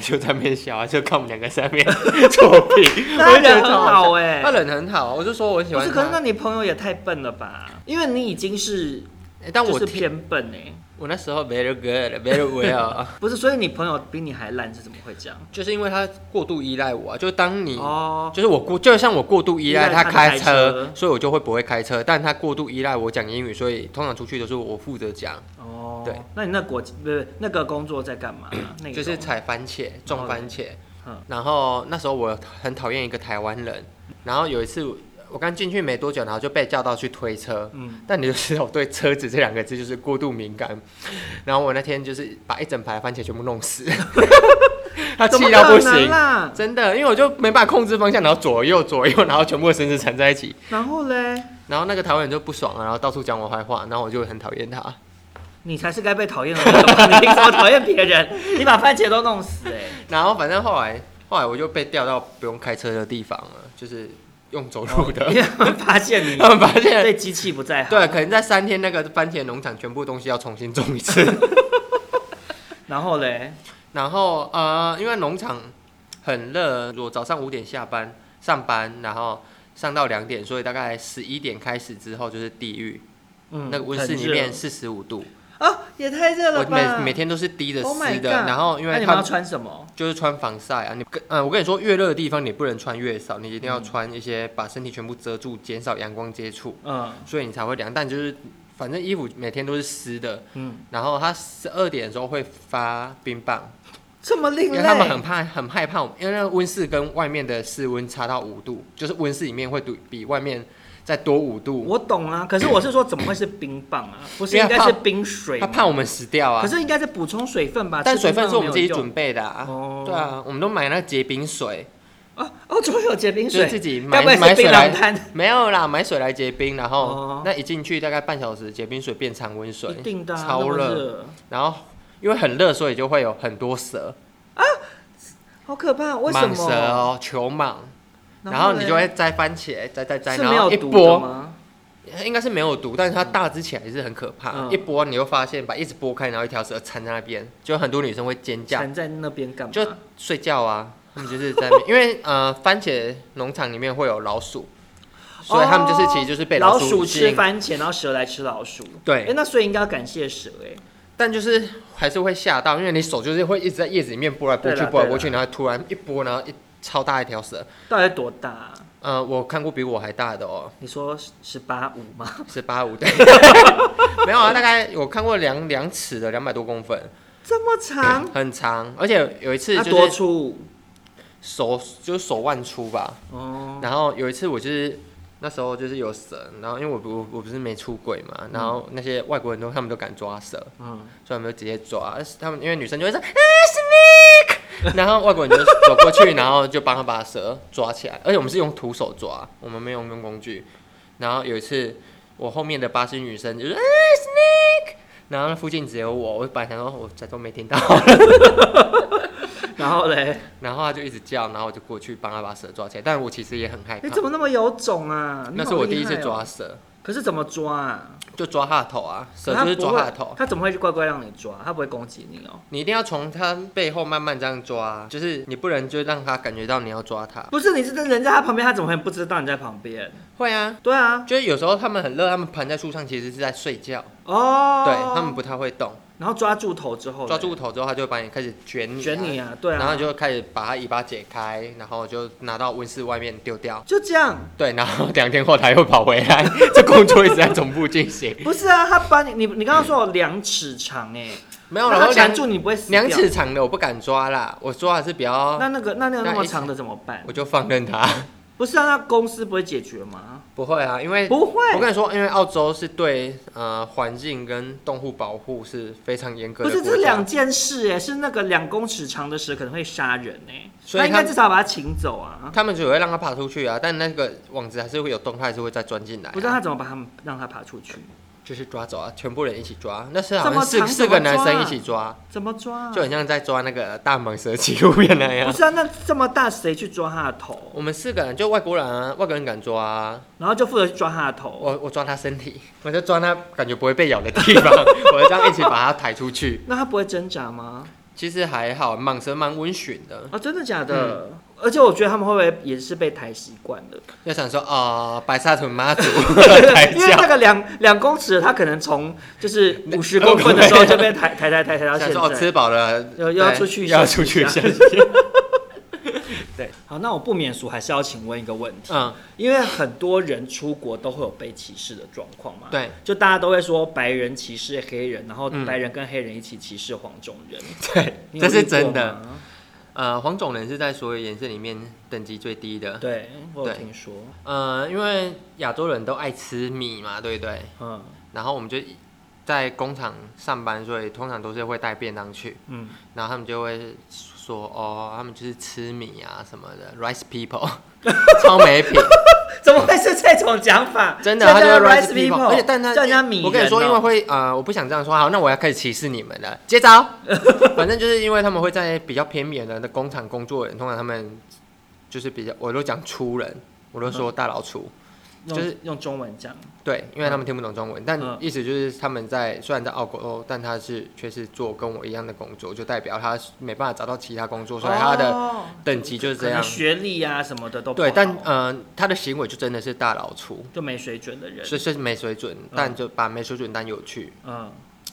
S2: 就在那边笑啊，就看我们两个在那边 *laughs* 作弊，
S1: 那 *laughs*
S2: 我
S1: 他人
S2: 就觉得
S1: 很
S2: 超
S1: 好
S2: 好笑。
S1: 哎、
S2: 他人很好，我就说我很喜
S1: 不
S2: 欢
S1: 是，
S2: 他。
S1: 可是那你朋友也太笨了吧？因为你已经是，
S2: 欸但我
S1: 就是
S2: 听
S1: 偏笨哎、
S2: 我那时候 very good very well， *laughs*
S1: 不是，所以你朋友比你还烂是怎么会这样？
S2: 就是因为他过度依赖我啊，就当你。
S1: 哦，
S2: 就是我过，就像我过度依赖
S1: 依赖
S2: 他
S1: 他
S2: 开
S1: 开车
S2: 所以我就会不会开车。但他过度依赖我讲英语，所以通常出去都是我负责讲，
S1: 哦，
S2: 对，嗯
S1: 那你那国际不是那个工作在干嘛？那个
S2: 就是采番茄、种番茄
S1: 哎嗯。
S2: 然后那时候我很讨厌一个台湾人，然后有一次我刚进去没多久，然后就被叫到去推车，
S1: 嗯，
S2: 但你就知道我对车子这两个字就是过度敏感，然后我那天就是把一整排番茄全部弄死， *laughs* 他
S1: 怎么
S2: 气到不
S1: 可能啊
S2: 行，
S1: 啦？
S2: 真的，因为我就没办法控制方向，然后左右左右，然后全部的绳子缠在一起，
S1: 然后嘞，
S2: 然后那个台湾人就不爽了，然后到处讲我坏话，然后我就很讨厌他。
S1: 你才是该被讨厌的那个吧？ *laughs* 你凭什么讨厌别人？你把番茄都弄死哎、
S2: *laughs* 然后反正后来后来我就被调到不用开车的地方了，就是用走路的。
S1: 因为他们发现你
S2: 他们发现，
S1: 对机器不在行，
S2: 对，可能在三天那个番茄农场全部东西要重新种一次。
S1: *laughs* 然后嘞，
S2: 然后呃，因为农场很热，我早上五点下班上班，然后上到两点，所以大概十一点开始之后就是地狱，
S1: 嗯
S2: 那个温室里面四十五度，
S1: 啊、哦，也太热
S2: 我
S1: 了吧！
S2: 每每天都是低的
S1: Oh my
S2: 湿的
S1: God
S2: 然后因
S1: 那
S2: 为
S1: 你们
S2: 它
S1: 要穿什么？
S2: 就是穿防晒啊，你跟嗯、我跟你说，越热的地方你不能穿越少，你一定要穿一些把身体全部遮住，减少阳光接触，
S1: 嗯
S2: 所以你才会凉。但就是反正衣服每天都是湿的，
S1: 嗯，
S2: 然后它十二点的时候会发冰棒。
S1: 这么另
S2: 因
S1: 类，
S2: 为他们很怕很害怕我们，因为那个温室跟外面的室温差到五度，就是温室里面会比比外面再多五度，
S1: 我懂啊，可是我是说，怎么会是冰棒啊？不是应该是冰水
S2: 嗯他
S1: 吗？
S2: 怕我们死掉啊
S1: 可。是应该是补充水分吧？
S2: 但
S1: 吃冰
S2: 水
S1: 棒
S2: 分是我们自己
S1: 没有用
S2: 准备的啊，
S1: 哦
S2: 对啊，我们都买那个结冰水，
S1: 哦哦，终于有结冰
S2: 就是
S1: 水，
S2: 自己买
S1: 该不会
S2: 买
S1: 是
S2: 水
S1: 槟
S2: 来
S1: 榔摊？
S2: 没有啦，买水来结冰，然后、
S1: 哦
S2: 那一进去大概半小时，结冰水变常温水
S1: 一，定的啊，那
S2: 超
S1: 么
S2: 热，
S1: 热，
S2: 然后因为很热，所以就会有很多蛇，
S1: 好可怕！为什
S2: 蟒蛇
S1: 么？
S2: 哦，球蟒，然
S1: 然后
S2: 后你
S1: 嘞
S2: 就会摘番茄，摘摘摘，
S1: 是
S2: 然
S1: 没
S2: 后
S1: 有
S2: 一
S1: 毒的
S2: 剥，
S1: 吗？
S2: 应该是没有毒，但是它大只起来也是很可怕。
S1: 嗯
S2: 一剥你会发现，把一直剥开，然后一条蛇缠在那边，就很多女生会尖叫，
S1: 缠在那边干嘛？
S2: 就睡觉啊。他们就是在那边，因为呃，番茄农场里面会有老鼠，所以他们就是
S1: 哦
S2: 其实就是被
S1: 老
S2: 鼠吸
S1: 吃
S2: 引。
S1: 番茄，然后蛇来吃老鼠。
S2: 对
S1: 哎，那所以应该要感谢蛇哎。
S2: 但就是还是会吓到，因为你手就是会一直在叶子里面拨来拨去
S1: 对，啦
S2: 拨来拨去，
S1: 对
S2: 然后突然一拨，然后一超大一条蛇。
S1: 到底多大啊、
S2: 呃，我看过比我还大的哦，
S1: 你说十八五吗？
S2: 是八五对，没有啊，大概我看过两两尺的，两百多公分。
S1: *laughs* 这么长？
S2: 很长，而且有一次
S1: 它
S2: 就
S1: 多
S2: 是
S1: 粗？
S2: 手就是手腕粗吧，
S1: 哦，
S2: 然后有一次我就是那时候就是有蛇，然后因为我不我我不是没出轨嘛，然后那些外国人都他们都敢抓蛇，
S1: 嗯，
S2: 所以他们就直接抓，他们因为女生就会说啊 snake，然 *laughs* 后外国人就走过去，然后就帮他把蛇抓起来，而且我们是用徒手抓，我们没有用工具。然后有一次我后面的巴西女生就是啊 snake，然后那附近只有我，我本来想说我假装没听到。 *laughs*
S1: 然后 *laughs* 嘞，
S2: *laughs* 然后他就一直叫，然后我就过去帮他把蛇抓起来，
S1: 哎
S2: 但我其实也很害怕
S1: 你。怎么那么有种啊？你
S2: 那
S1: 好
S2: 是我第一
S1: 厉害
S2: 次
S1: 哦
S2: 抓蛇，
S1: 可是怎么抓啊？
S2: 就抓他的头啊，蛇
S1: 他
S2: 就是
S1: 不
S2: 抓
S1: 会
S2: 他的头。
S1: 他怎么会乖乖让你抓？他不会攻击你哦。
S2: 你一定要从他背后慢慢这样抓啊，就是你不能就让他感觉到你要抓他。
S1: 不是，你是真人在他旁边，他怎么会不知道你在旁边？
S2: 会啊，
S1: 对啊，
S2: 就是有时候他们很热，他们盘在树上其实是在睡觉，
S1: 哦，
S2: 对他们，不太会动。
S1: 然后抓住头之后嘞，
S2: 抓住头之后，他就会把你开始卷你、啊，
S1: 卷你啊，对啊，
S2: 然后你就开始把他尾巴解开，然后就拿到温室外面丢掉。
S1: 就这样，
S2: 对，然后两天后他又跑回来， *laughs* 这工作一直在总部进行。
S1: 不是啊，他把你，你你刚刚说我两尺长哎、
S2: 没有
S1: 那
S2: 啦，
S1: 他
S2: 然后
S1: 缠
S2: 两
S1: 住你不会死掉
S2: 两尺，长的我不敢抓啦，我抓的是比较，
S1: 那那个那那个
S2: 那
S1: 那么
S2: 一尺
S1: 长的怎么办
S2: 我？就放任他。
S1: 不是啊，那公司不会解决吗？
S2: 不会啊，因为
S1: 不会，
S2: 我跟你说，因为澳洲是对呃环境跟动物保护是非常严格
S1: 不
S2: 的
S1: 是，
S2: 国
S1: 这是两
S2: 家，
S1: 件事哎，是那个两公尺长的蛇可能会杀人哎，
S2: 所
S1: 那
S2: 以
S1: 应该
S2: 他
S1: 至少把它请走啊。
S2: 他们只会让它爬出去啊，但那个网子还是会有动，它还是会再钻进来、
S1: 不知道他怎么把它们让它爬出去，
S2: 就是抓走啊，全部人一起抓，那是好
S1: 这么
S2: 像四
S1: 长
S2: 四
S1: 怎么
S2: 个男
S1: 抓啊
S2: 生一起抓，
S1: 怎么抓、啊？
S2: 就很像在抓那个大蟒蛇纪录片那
S1: 不
S2: 样。
S1: 是啊，那这么大谁去抓他的头？
S2: 我们四个人就外国人啊，外国人敢抓啊，
S1: 然后就负责去抓他的头。
S2: 我我抓他身体，我就抓他感觉不会被咬的地方， *laughs* 我就这样一起把它抬出去。
S1: 那他不会挣扎吗？
S2: 其实还好，蟒蛇蛮温驯的，
S1: 哦，真的假的？
S2: 嗯
S1: 而且我觉得他们会不会也是被抬习惯
S2: *laughs*
S1: 了？
S2: 就想说啊、白沙屯妈祖 *laughs* 抬
S1: 因为那
S2: 轿，
S1: 个两两公尺的，他可能从就是
S2: 那
S1: 五十公分的时候就被抬抬抬抬抬到
S2: 想
S1: 现
S2: 说哦吃
S1: 在。
S2: 饱了，
S1: 要要
S2: 对
S1: 出去
S2: 要
S1: 休息
S2: 出去
S1: 一
S2: 一下
S1: 下。好，那我不免俗还是要请问一个问题，
S2: 嗯，
S1: 因为很多人出国都会有被歧视的状况嘛。。
S2: 对，
S1: 就大家都会说白人歧视黑人，然后
S2: 嗯
S1: 白人跟黑人一起歧视黄种人，
S2: 对，
S1: 你有
S2: 这是
S1: 遇过
S2: 真的。
S1: 吗。
S2: 呃，黄种人是在所有颜色里面等级最低的。
S1: 对，我有
S2: 对
S1: 听说。
S2: 呃，因为亚洲人都爱吃米嘛，对不对？
S1: 嗯
S2: 然后我们就在工厂上班，所以通常都是会带便当去。
S1: 嗯，
S2: 然后他们就会说：“哦，他们就是吃米啊什么的，rice
S1: *laughs*
S2: people，超没品，
S1: 怎么会是这种讲法？
S2: 真的。”啊
S1: 这
S2: 他
S1: 叫
S2: 就是
S1: rice
S2: rice people，而且但他
S1: 叫人家米人哦
S2: 我跟你说，因为会呃，我不想这样说，好，那我要开始歧视你们了。
S1: *laughs*
S2: 接招，反正就是因为他们会在比较偏远的工厂工作的人，通常他们就是比较，我都讲粗人，我都说大老粗。
S1: 嗯用
S2: 就是
S1: 用中文讲，
S2: 对，因为他们听不懂中文，但
S1: 嗯
S2: 意思就是他们在虽然在澳洲，但他是却是做跟我一样的工作，就代表他没办法找到其他工作，所以他的
S1: 哦
S2: 等级就是这
S1: 可能
S2: 样。
S1: 学历啊什么的都不
S2: 对，
S1: 好
S2: 但呃，他的行为就真的是大老粗，
S1: 就没水准的人，
S2: 是是没水准，但就把没水准当有趣，
S1: 嗯，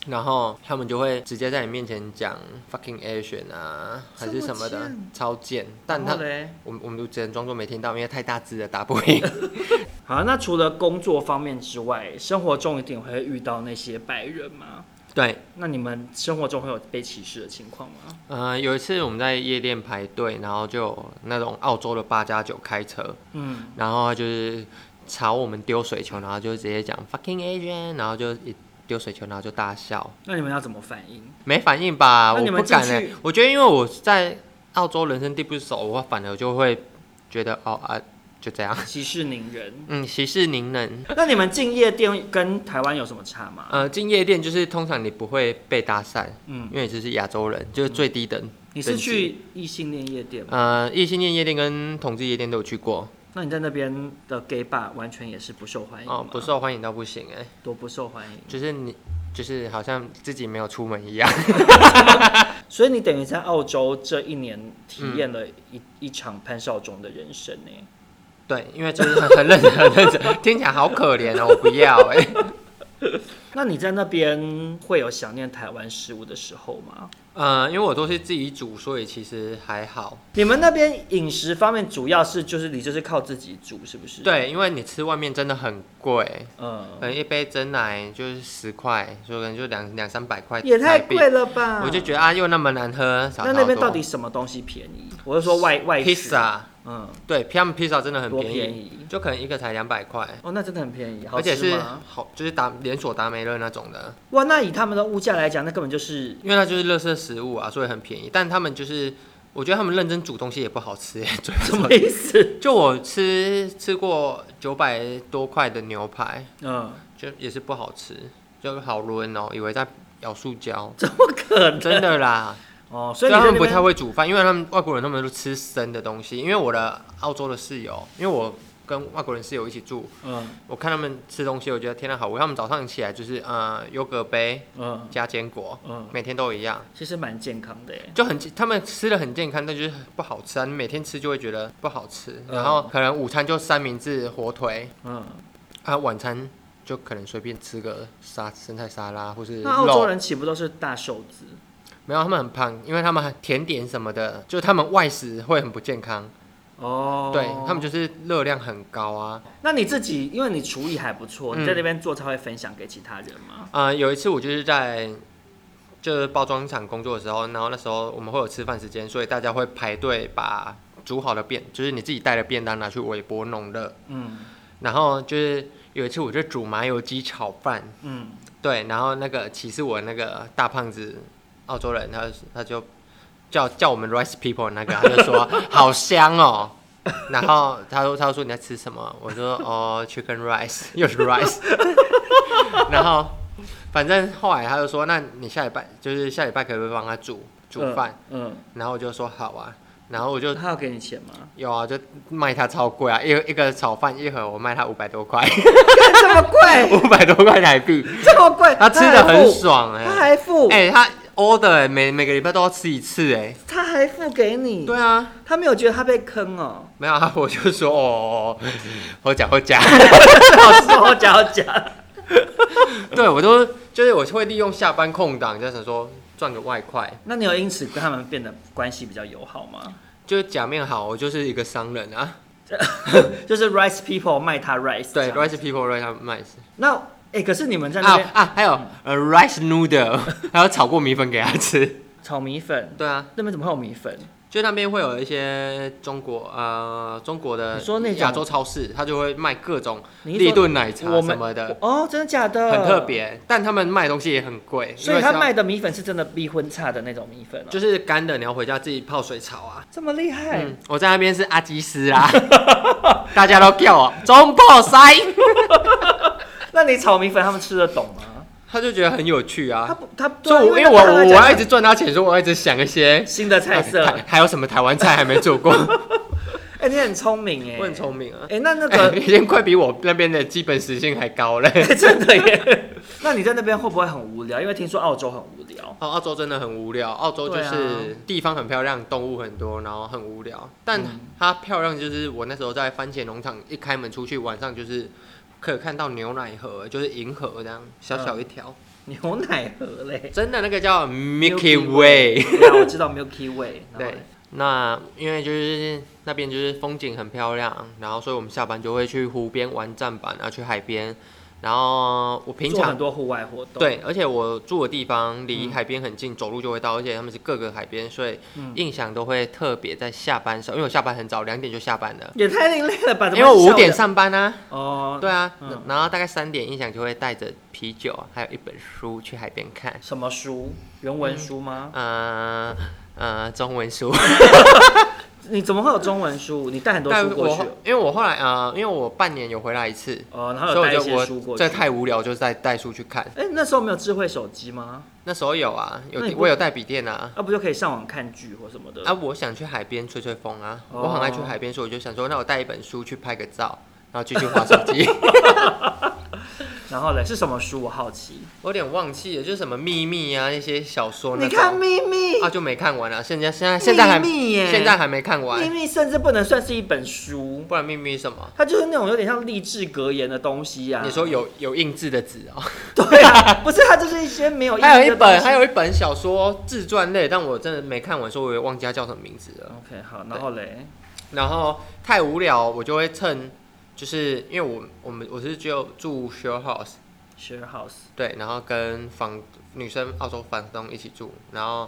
S2: 然后他们就会直接在你面前讲 fucking Asian 啊，还是什么
S1: 这么
S2: 的
S1: 贱，
S2: 超贱。但
S1: 然
S2: 他
S1: 后嘞，
S2: 我们我们就只能装作没听到，因为太大字了打不赢。 *laughs*
S1: 好，那除了工作方面之外，生活中一定会遇到那些白人吗？
S2: 对，
S1: 那你们生活中会有被歧视的情况吗？
S2: 呃，有一次我们在夜店排队，然后就有那种澳洲的八加九开车，
S1: 嗯，
S2: 然后他就是朝我们丢水球，然后就直接讲 fucking Asian，然后就一丢水球，然后就大笑，
S1: 那你们要怎么反应？
S2: 没反应吧？
S1: 那
S2: 我
S1: 你们
S2: 不敢
S1: 进
S2: 哎、
S1: 去
S2: 我觉得因为我在澳洲人生地不熟，我反而就会觉得哦啊，就这样，
S1: 歧视宁人。
S2: 嗯，息事宁人。
S1: 那你们进夜店跟台湾有什么差吗？
S2: 呃，进夜店就是通常你不会被搭讪，
S1: 嗯，
S2: 因为你就是亚洲人，就是最低等。
S1: 你是
S2: 等级
S1: 去异性恋夜店吗？
S2: 呃，异性恋夜店跟同志夜店都有去过，
S1: 那你在那边的 gay bar 完全也是不受欢迎
S2: 哦，
S1: 吗
S2: 不受欢迎到不行哎、
S1: 多不受欢迎，
S2: 就是你，就是好像自己没有出门一样。
S1: 所以你等于在澳洲这一年体
S2: 嗯
S1: 验了一、一场潘少忠的人生呢、
S2: *laughs* 对，因为就是很很认真，很认真，听起来好可怜 *laughs* 哦，我不要哎、
S1: 那你在那边会有想念台湾食物的时候吗？
S2: 呃，因为我都是自己煮，所以其实还好。
S1: 你们那边饮食方面主要是就是你就是靠自己煮是不是？，
S2: 对，因为你吃外面真的很贵，
S1: 嗯
S2: 可，能一杯真奶就是十块，所以可能就两两三百块，
S1: 也太贵。了吧！
S2: 我就觉得啊，又那么难喝，少
S1: 那那边
S2: 超
S1: 到
S2: 多
S1: 底什么东西便宜？我是说外外食
S2: 披，萨？
S1: 嗯，
S2: 对，他们披萨真的很
S1: 多
S2: 便宜，
S1: 便宜？
S2: 就可能一个才两百块，
S1: 哦，那真的很便宜，好
S2: 而且
S1: 吃
S2: 是
S1: 吗？
S2: 好就是达连锁达美乐那种的。
S1: 哇，那以他们的物价来讲，那根本
S2: *laughs*
S1: 就是
S2: 因为它就是垃圾食物啊，所以很便宜。但他们就是，我觉得他们认真煮东西也不好吃 *laughs* 耶。主要是
S1: 什么意思？
S2: 就我吃吃过九百多块的牛排，
S1: 嗯，，
S2: 就也是不好吃，就好抡哦，以为在咬塑胶
S1: 怎么可能？
S2: 真的啦。
S1: 哦，所
S2: 所
S1: 以你
S2: 以啊他
S1: 在
S2: 们
S1: 那
S2: 不太
S1: 边
S2: 会煮饭，因为他们外国人他们都吃生的东西。因为我的澳洲的室友，因为我跟外国人室友一起住，
S1: 嗯
S2: 我看他们吃东西，我觉得天呐好无聊。他们早上起来就是呃优格杯
S1: 嗯
S2: 加坚果，
S1: 嗯，
S2: 每天都一样，
S1: 其实蛮健康的耶。
S2: 就很他们吃的很健康，但就是不好吃啊。你每天吃就会觉得不好吃，
S1: 嗯
S2: 然后可能午餐就三明治、火腿
S1: 嗯，
S2: 啊，晚餐就可能随便吃个沙生菜沙拉或是
S1: 那澳洲
S2: 肉。
S1: 人岂不都是大瘦子？
S2: 没有，他们很胖，因为他们甜点什么的，就是他们外食会很不健康，
S1: 哦，
S2: 对他们就是热量很高啊。
S1: 那你自己，因为你厨艺还不错，
S2: 嗯
S1: 你在那边做菜会分享给其他人吗？
S2: 啊、有一次我就是在就是包装厂工作的时候，然后那时候我们会有吃饭时间，所以大家会排队把煮好的便，就是你自己带的便当拿去微波弄热。
S1: 嗯
S2: 然后就是有一次我就煮麻油鸡炒饭，
S1: 嗯，
S2: 对，然后那个歧视我那个大胖子澳洲人，他他就叫叫我们 rice people 那个，他就说好香哦。然后他说他说你在吃什么？我说哦 chicken rice *laughs* 又是 rice。然后反正后来他就说，那你下礼拜就是下礼拜可不可以帮他煮煮饭？
S1: 嗯，
S2: 然后我就说好啊。然后我就
S1: 嗯，他有给你钱吗？
S2: 有啊，就卖他超贵啊，一一个炒饭一盒我卖他五百多块，
S1: *laughs* 这么贵，
S2: *laughs* 五百多块台币，
S1: 这么贵，
S2: 他吃
S1: 还
S2: 的
S1: 付
S2: 很爽哎、
S1: 他还付，
S2: 哎、他 order 欸每每个礼拜都要吃一次哎、
S1: 他还付给你，
S2: 对啊，
S1: 他没有觉得他被坑
S2: *laughs*
S1: 哦。
S2: 没有啊，我就说哦，我讲我 *laughs* 讲，
S1: 老师，我讲我讲，
S2: 对我都就是我会利用下班空档，就想说赚个外快，
S1: *laughs* 那你有因此跟他们变得关系比较友好吗？ *laughs*
S2: 就是假面好，我就是一个商人啊，
S1: 就是 rice people 卖他 rice，
S2: 对
S1: 这样
S2: ，rice people right now nice
S1: 那哎、可是你们在那
S2: 啊
S1: 边、
S2: 啊，还有呃 rice noodle，还 *laughs* 有炒过米粉给他吃，
S1: 炒米粉，
S2: 对啊，
S1: 那边怎么会有米粉？
S2: 就那边会有一些中国呃中国的
S1: 你说那种
S2: 亚洲超市，他就会卖各种
S1: 你一说
S2: 立顿奶茶
S1: 我
S2: 什
S1: 们
S2: 么的，
S1: 哦，真的假的？
S2: 很特。别，但他们卖的东西也很贵，因
S1: 所以
S2: 为
S1: 他
S2: 是要
S1: 卖的米粉是真的逼婚差的那种米粉、哦，就
S2: 就是干的，你要回家自己泡水炒啊。
S1: 这么厉害。 *laughs*
S2: 嗯，我在那边是阿基斯啦， *laughs* 大家都叫我中破塞，
S1: 那你炒米粉他们吃得懂吗？
S2: 他就觉得很有趣
S1: 他
S2: 啊。
S1: 不，他
S2: 所以我，
S1: 对
S2: 因为我
S1: 他
S2: 我
S1: 来
S2: 我
S1: 讲
S2: 要一直赚他钱，所以我要一直想一些
S1: 新的菜色。
S2: 台还有什么台湾菜还没做过，
S1: *laughs* 哎、你很聪明哎，
S2: *laughs* 我很聪。明啊。
S1: 哎、那那
S2: *laughs* 哎
S1: 个、
S2: 已经快比我那边的基本时薪还高了。
S1: 真的耶， *laughs* 那你在那边会不会很无聊？因为听说澳洲很无聊。 *laughs*
S2: 哦，澳洲真的很无聊。澳洲就
S1: 对
S2: 是地方很漂亮，动物很多，然后很无聊。但
S1: 嗯
S2: 它漂亮就是我那时候在番茄农场一开门出去，晚上就是可以看到牛奶河，就是银河这样小小一条，
S1: 牛奶盒嘞，
S2: 真的那个叫 Milky
S1: Milky 嗯
S2: Way。
S1: 对啊，我知道 Milky
S2: *laughs*
S1: Way 然后嘞。
S2: 对，那因为就是那边就是风景很漂亮，然后所以我们下班就会去湖边玩站板，啊然后去海边。然后我平
S1: 做
S2: 常
S1: 很多户外活动。，
S2: 对，而且我住的地方离
S1: 嗯
S2: 海边很近，走路就会到，而且他们是各个海边，所以
S1: 嗯
S2: 印象都会特别在下班时候，因为我下班很早，两点就下班了，
S1: 也太另类了吧？
S2: 因为我五点
S1: 上
S2: 上班啊，
S1: 哦，
S2: 对啊，
S1: 嗯
S2: 然后大概三点，印象就会带着啤酒啊还有一本书去海边看，
S1: 什么书？原文书吗？
S2: 呃呃，中文书，
S1: 你怎么会有中文书？你带很多
S2: *laughs* 但
S1: 书过去
S2: 我因为我后来呃，因为我半年有回来一次，
S1: 哦，然后
S2: 所
S1: 有带
S2: 以
S1: 一
S2: 我
S1: 些
S2: 就
S1: 书
S2: 我
S1: 过
S2: 这
S1: 去。
S2: 太无聊，就是带带书去看，
S1: 哎，那时候没有智慧手机吗？
S2: 那时候有啊，有
S1: 那你不
S2: 我有带笔电啊，
S1: 那不就可以上网看剧或什么的？
S2: 啊，我想去海边吹吹风啊，
S1: 哦
S2: 我很爱去海边，所以我就想说，那我带一本书去拍个照，然后继续划手
S1: *laughs*
S2: 机。
S1: 然后嘞，是什么书？我好奇。
S2: 我有点忘记了，就是什么秘密啊，那些小说那
S1: 你看
S2: 种。
S1: 秘密，
S2: 啊，就没看完啊，现在现在现在还
S1: 秘密耶
S2: 现在还没看
S1: 秘
S2: 完，
S1: 密甚至不能算是一本书，
S2: 不然秘密什么？
S1: 它就是那种有点像励志格言的东西呀、啊。
S2: 你说有有印字的字哦，
S1: *laughs*
S2: *laughs*
S1: 对啊？不是，它就是一些没有意义的
S2: 还有一
S1: 东西
S2: 本还有一本小说自传类，但我真的没看完，所以我也忘记它叫什么名字了。
S1: OK 好，然后嘞，
S2: 然后太无聊，我就会趁就是因为我我们我是只有住 share house，
S1: Share House
S2: 对，然后跟房女生澳洲房东一起住，然后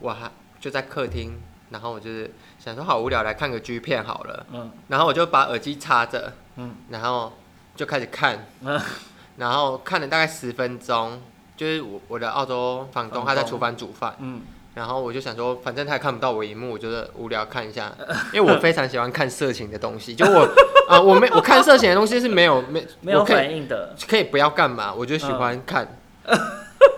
S2: 我还就在客厅，然后我就是想说好无聊，来看个 G 片好了，
S1: 嗯
S2: 然后我就把耳机插着，
S1: 嗯
S2: 然后就开始看，
S1: 嗯
S2: *laughs* 然后看了大概十分钟，就是我我的澳洲房东
S1: 房
S2: 他在
S1: 东
S2: 厨房煮饭，
S1: 嗯，
S2: 然后我就想说，反正他也看不到我荧幕，我觉得无聊看
S1: *laughs*
S2: 一下，因为我非常喜欢看色情的东西，就我 *laughs* 啊、我没我看色情的东西是没有没
S1: 没有
S2: 我可以
S1: 反应的，嗯 *laughs*
S2: 可以不要干嘛，我就喜欢看。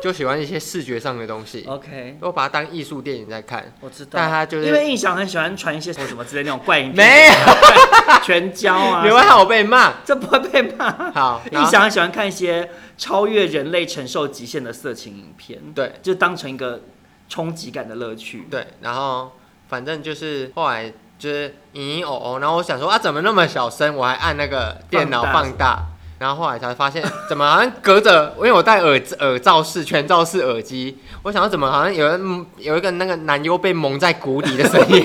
S2: 就喜欢一些视觉上的东西，
S1: OK，
S2: 我把它当艺术电影在看。
S1: 我知道。
S2: 但他就是
S1: 因为印象很喜欢传一些什么之类那种怪影片，
S2: 没有，
S1: *laughs* 全交啊，
S2: 你会害我被骂。
S1: 这不会被骂。
S2: 好，然
S1: *laughs* 印
S2: 后
S1: 象很喜欢看一些超越人类承受极限的色情影片，
S2: 对
S1: 就当成一个冲击感的乐趣。
S2: 对，然后反正就是后来就是隐隐哦哦，然后我想说啊，怎么那么小声？我还按那个电脑
S1: 放大
S2: 放大，然后后来才发现怎么好像隔着，因为我戴耳耳罩式全罩式耳机，我想到怎么好像有人有一个那个男优被蒙在鼓里的声音，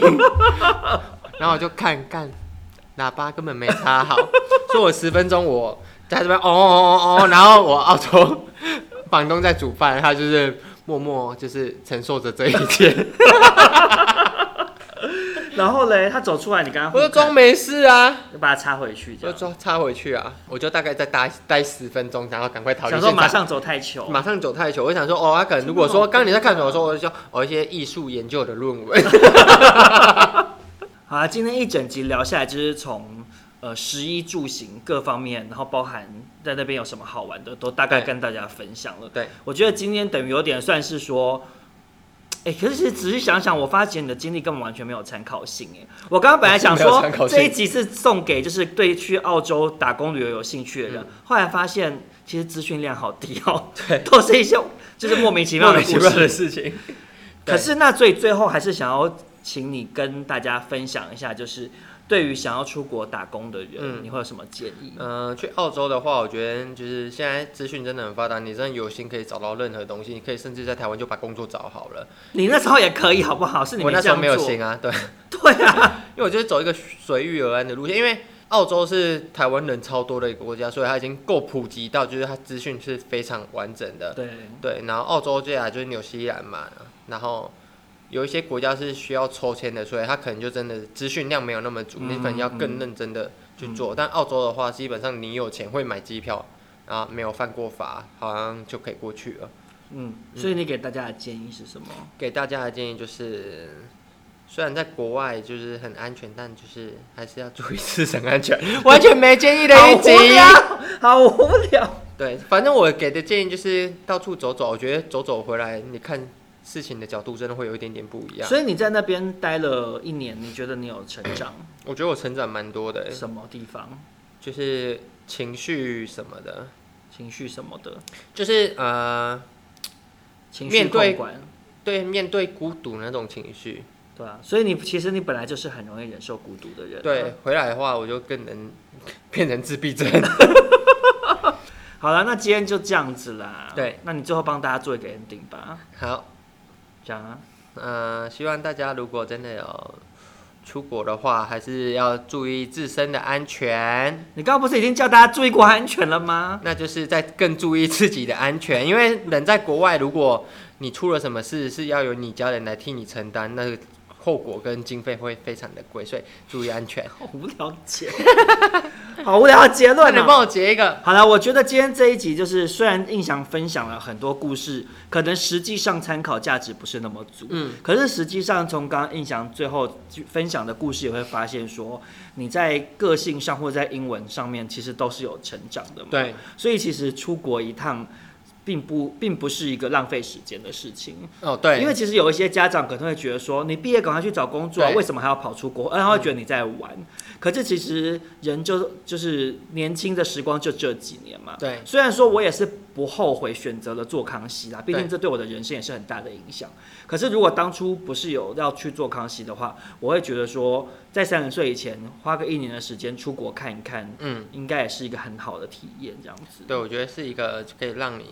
S2: *laughs* 然后我就看看喇叭根本没插好，所以我十分钟我在这边哦哦哦哦，然后我澳洲房东在煮饭，他就是。默默就是承受着这一切，
S1: 然后嘞，他走出来，你刚刚
S2: 我就装没事啊，
S1: 就把它插回去，这
S2: 就
S1: 样
S2: 装插回去啊，我就大概再待待十分钟，然后赶快逃离
S1: 想
S2: 现
S1: 说
S2: 场。
S1: 马上走太球，
S2: 马上走太久，我想说哦，他、可能如果
S1: 真
S2: 说
S1: 的哦
S2: 刚刚你在看什么，我说我就说哦一些艺术研究的论文， *laughs*
S1: 好啊，今天一整集聊下来，就是从呃食衣住行各方面，然后包含在那边有什么好玩的，都大概
S2: 对
S1: 跟大家分享了。
S2: 对，
S1: 我觉得今天等于有点算是说。哎、可是其实仔细想想，我发觉你的经历根本完全没有参考性。哎，我刚刚本来想
S2: 没有
S1: 说
S2: 参考性
S1: 这一集是送给就是对去澳洲打工旅游有兴趣的人，后来发现其实资讯量好低哦、
S2: 嗯 *laughs* 对
S1: 都是一些就是莫名其妙的故事。
S2: 事情。对
S1: 可是那最最后还是想要请你跟大家分享一下，就是对于想要出国打工的人，
S2: 嗯
S1: 你会有什么建议？
S2: 嗯、去澳洲的话，我觉得就是现在资讯真的很发达，你真的有心可以找到任何东西，你可以甚至在台湾就把工作找好了。
S1: 你那时候也可以好不好？哎是你
S2: 我那
S1: 这
S2: 时候
S1: 样
S2: 没有
S1: 做
S2: 心啊，
S1: *laughs*
S2: 对，*laughs*
S1: 对啊，
S2: 因为我就是走一个随遇而安的路线，因为澳洲是台湾人超多的一个国家，所以它已经够普及到，就是它资讯是非常完整的。
S1: 对，
S2: *laughs* 对，然后澳洲接下来就是纽西兰嘛，然后有一些国家是需要抽签的，所以它可能就真的资讯量没有那么足，
S1: 嗯
S2: 你可能要更认真的去做。但澳洲的话，基本上你有钱会买机票，然后没有犯过法，好像就可以过去了。
S1: 嗯，所以你给大家的建议是什么？
S2: 给大家的建议就是，虽然在国外就是很安全，但就是还是要注意自身安
S1: *laughs*
S2: 全，完全没建议的
S1: 好
S2: 一
S1: 无
S2: 集。啊
S1: 聊， *laughs* 好无聊。
S2: 对，反正我给的建议就是到处走走，我觉得走走回来，你看事情的角度真的会有一点点不一样。
S1: 所以你在那边待了一年，你觉得你有成长？
S2: 我觉得我成长蛮多的，
S1: 什么地方？
S2: 就是情绪什么的，
S1: 情绪什么的？
S2: 就是呃，
S1: 情绪
S2: 面对
S1: 控管。
S2: 对，面对孤独那种情绪，
S1: 对啊，所以你其实你本来就是很容易忍受孤独的人、啊
S2: 对，，回来的话我就更能 *laughs* 变成自闭症。
S1: 好了，那今天就这样子啦。
S2: 对，
S1: 那你最后帮大家做一个 ending 吧，
S2: 好，
S1: 讲啊。
S2: 呃，希望大家如果真的有出国的话，还是要注意自身的安全，
S1: 你刚刚不是已经叫大家注意国安全了吗？
S2: 那就是在更注意自己的安全，因为人在国外，如果你出了什么事，是要由你家人来替你承担，那个后果跟经费会非常的贵，所以注意安全。
S1: *laughs* 好 *laughs* 无聊的结， *laughs* 好无聊的结
S2: 那
S1: 论
S2: 你
S1: 啊！
S2: 帮我截一个。
S1: 好了，我觉得今天这一集就是，虽然印象分享了很多故事，可能实际上参考价值不是那么足。
S2: 嗯，
S1: 可是实际上，从刚刚印象最后去分享的故事，也会发现说，你在个性上或在英文上面，其实都是有成长的嘛。
S2: 对，
S1: 所以其实出国一趟，并不并不是一个浪费时间的事情，
S2: 哦对，
S1: 因为其实有一些家长可能会觉得说，你毕业赶快去找工作啊，
S2: 对嗯
S1: 为什么还要跑出国？呃而他会觉得你在玩。可是其实人就就是年轻的时光就这几年嘛。
S2: 对
S1: 虽然说我也是不后悔选择了做康熙啦，毕竟
S2: 对
S1: 这对我的人生也是很大的影响。可是如果当初不是有要去做康熙的话，我会觉得说，在三十岁以前花个一年的时间出国看一看，
S2: 嗯，
S1: 应该也是一个很好的体验，这样子。
S2: 对，我觉得是一个可以让你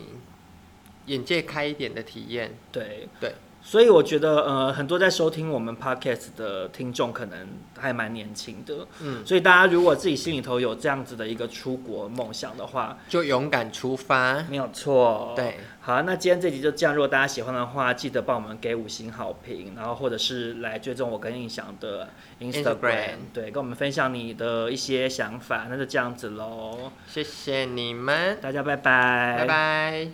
S2: 眼界开一点的体验。
S1: 对
S2: 对，
S1: 所以我觉得呃，很多在收听我们 podcast 的听众可能还蛮年轻的，
S2: 嗯，
S1: 所以大家如果自己心里头有这样子的一个出国梦想的话，
S2: 就勇敢出发。
S1: 没有错。。
S2: 对，
S1: 好，那今天这集就这样。如果大家喜欢的话，记得帮我们给五星好评，然后或者是来追踪我跟印象的 Instagram，
S2: Instagram
S1: 对，跟我们分享你的一些想法。那就这样子喽，
S2: 谢谢你们，
S1: 大家拜
S2: 拜拜。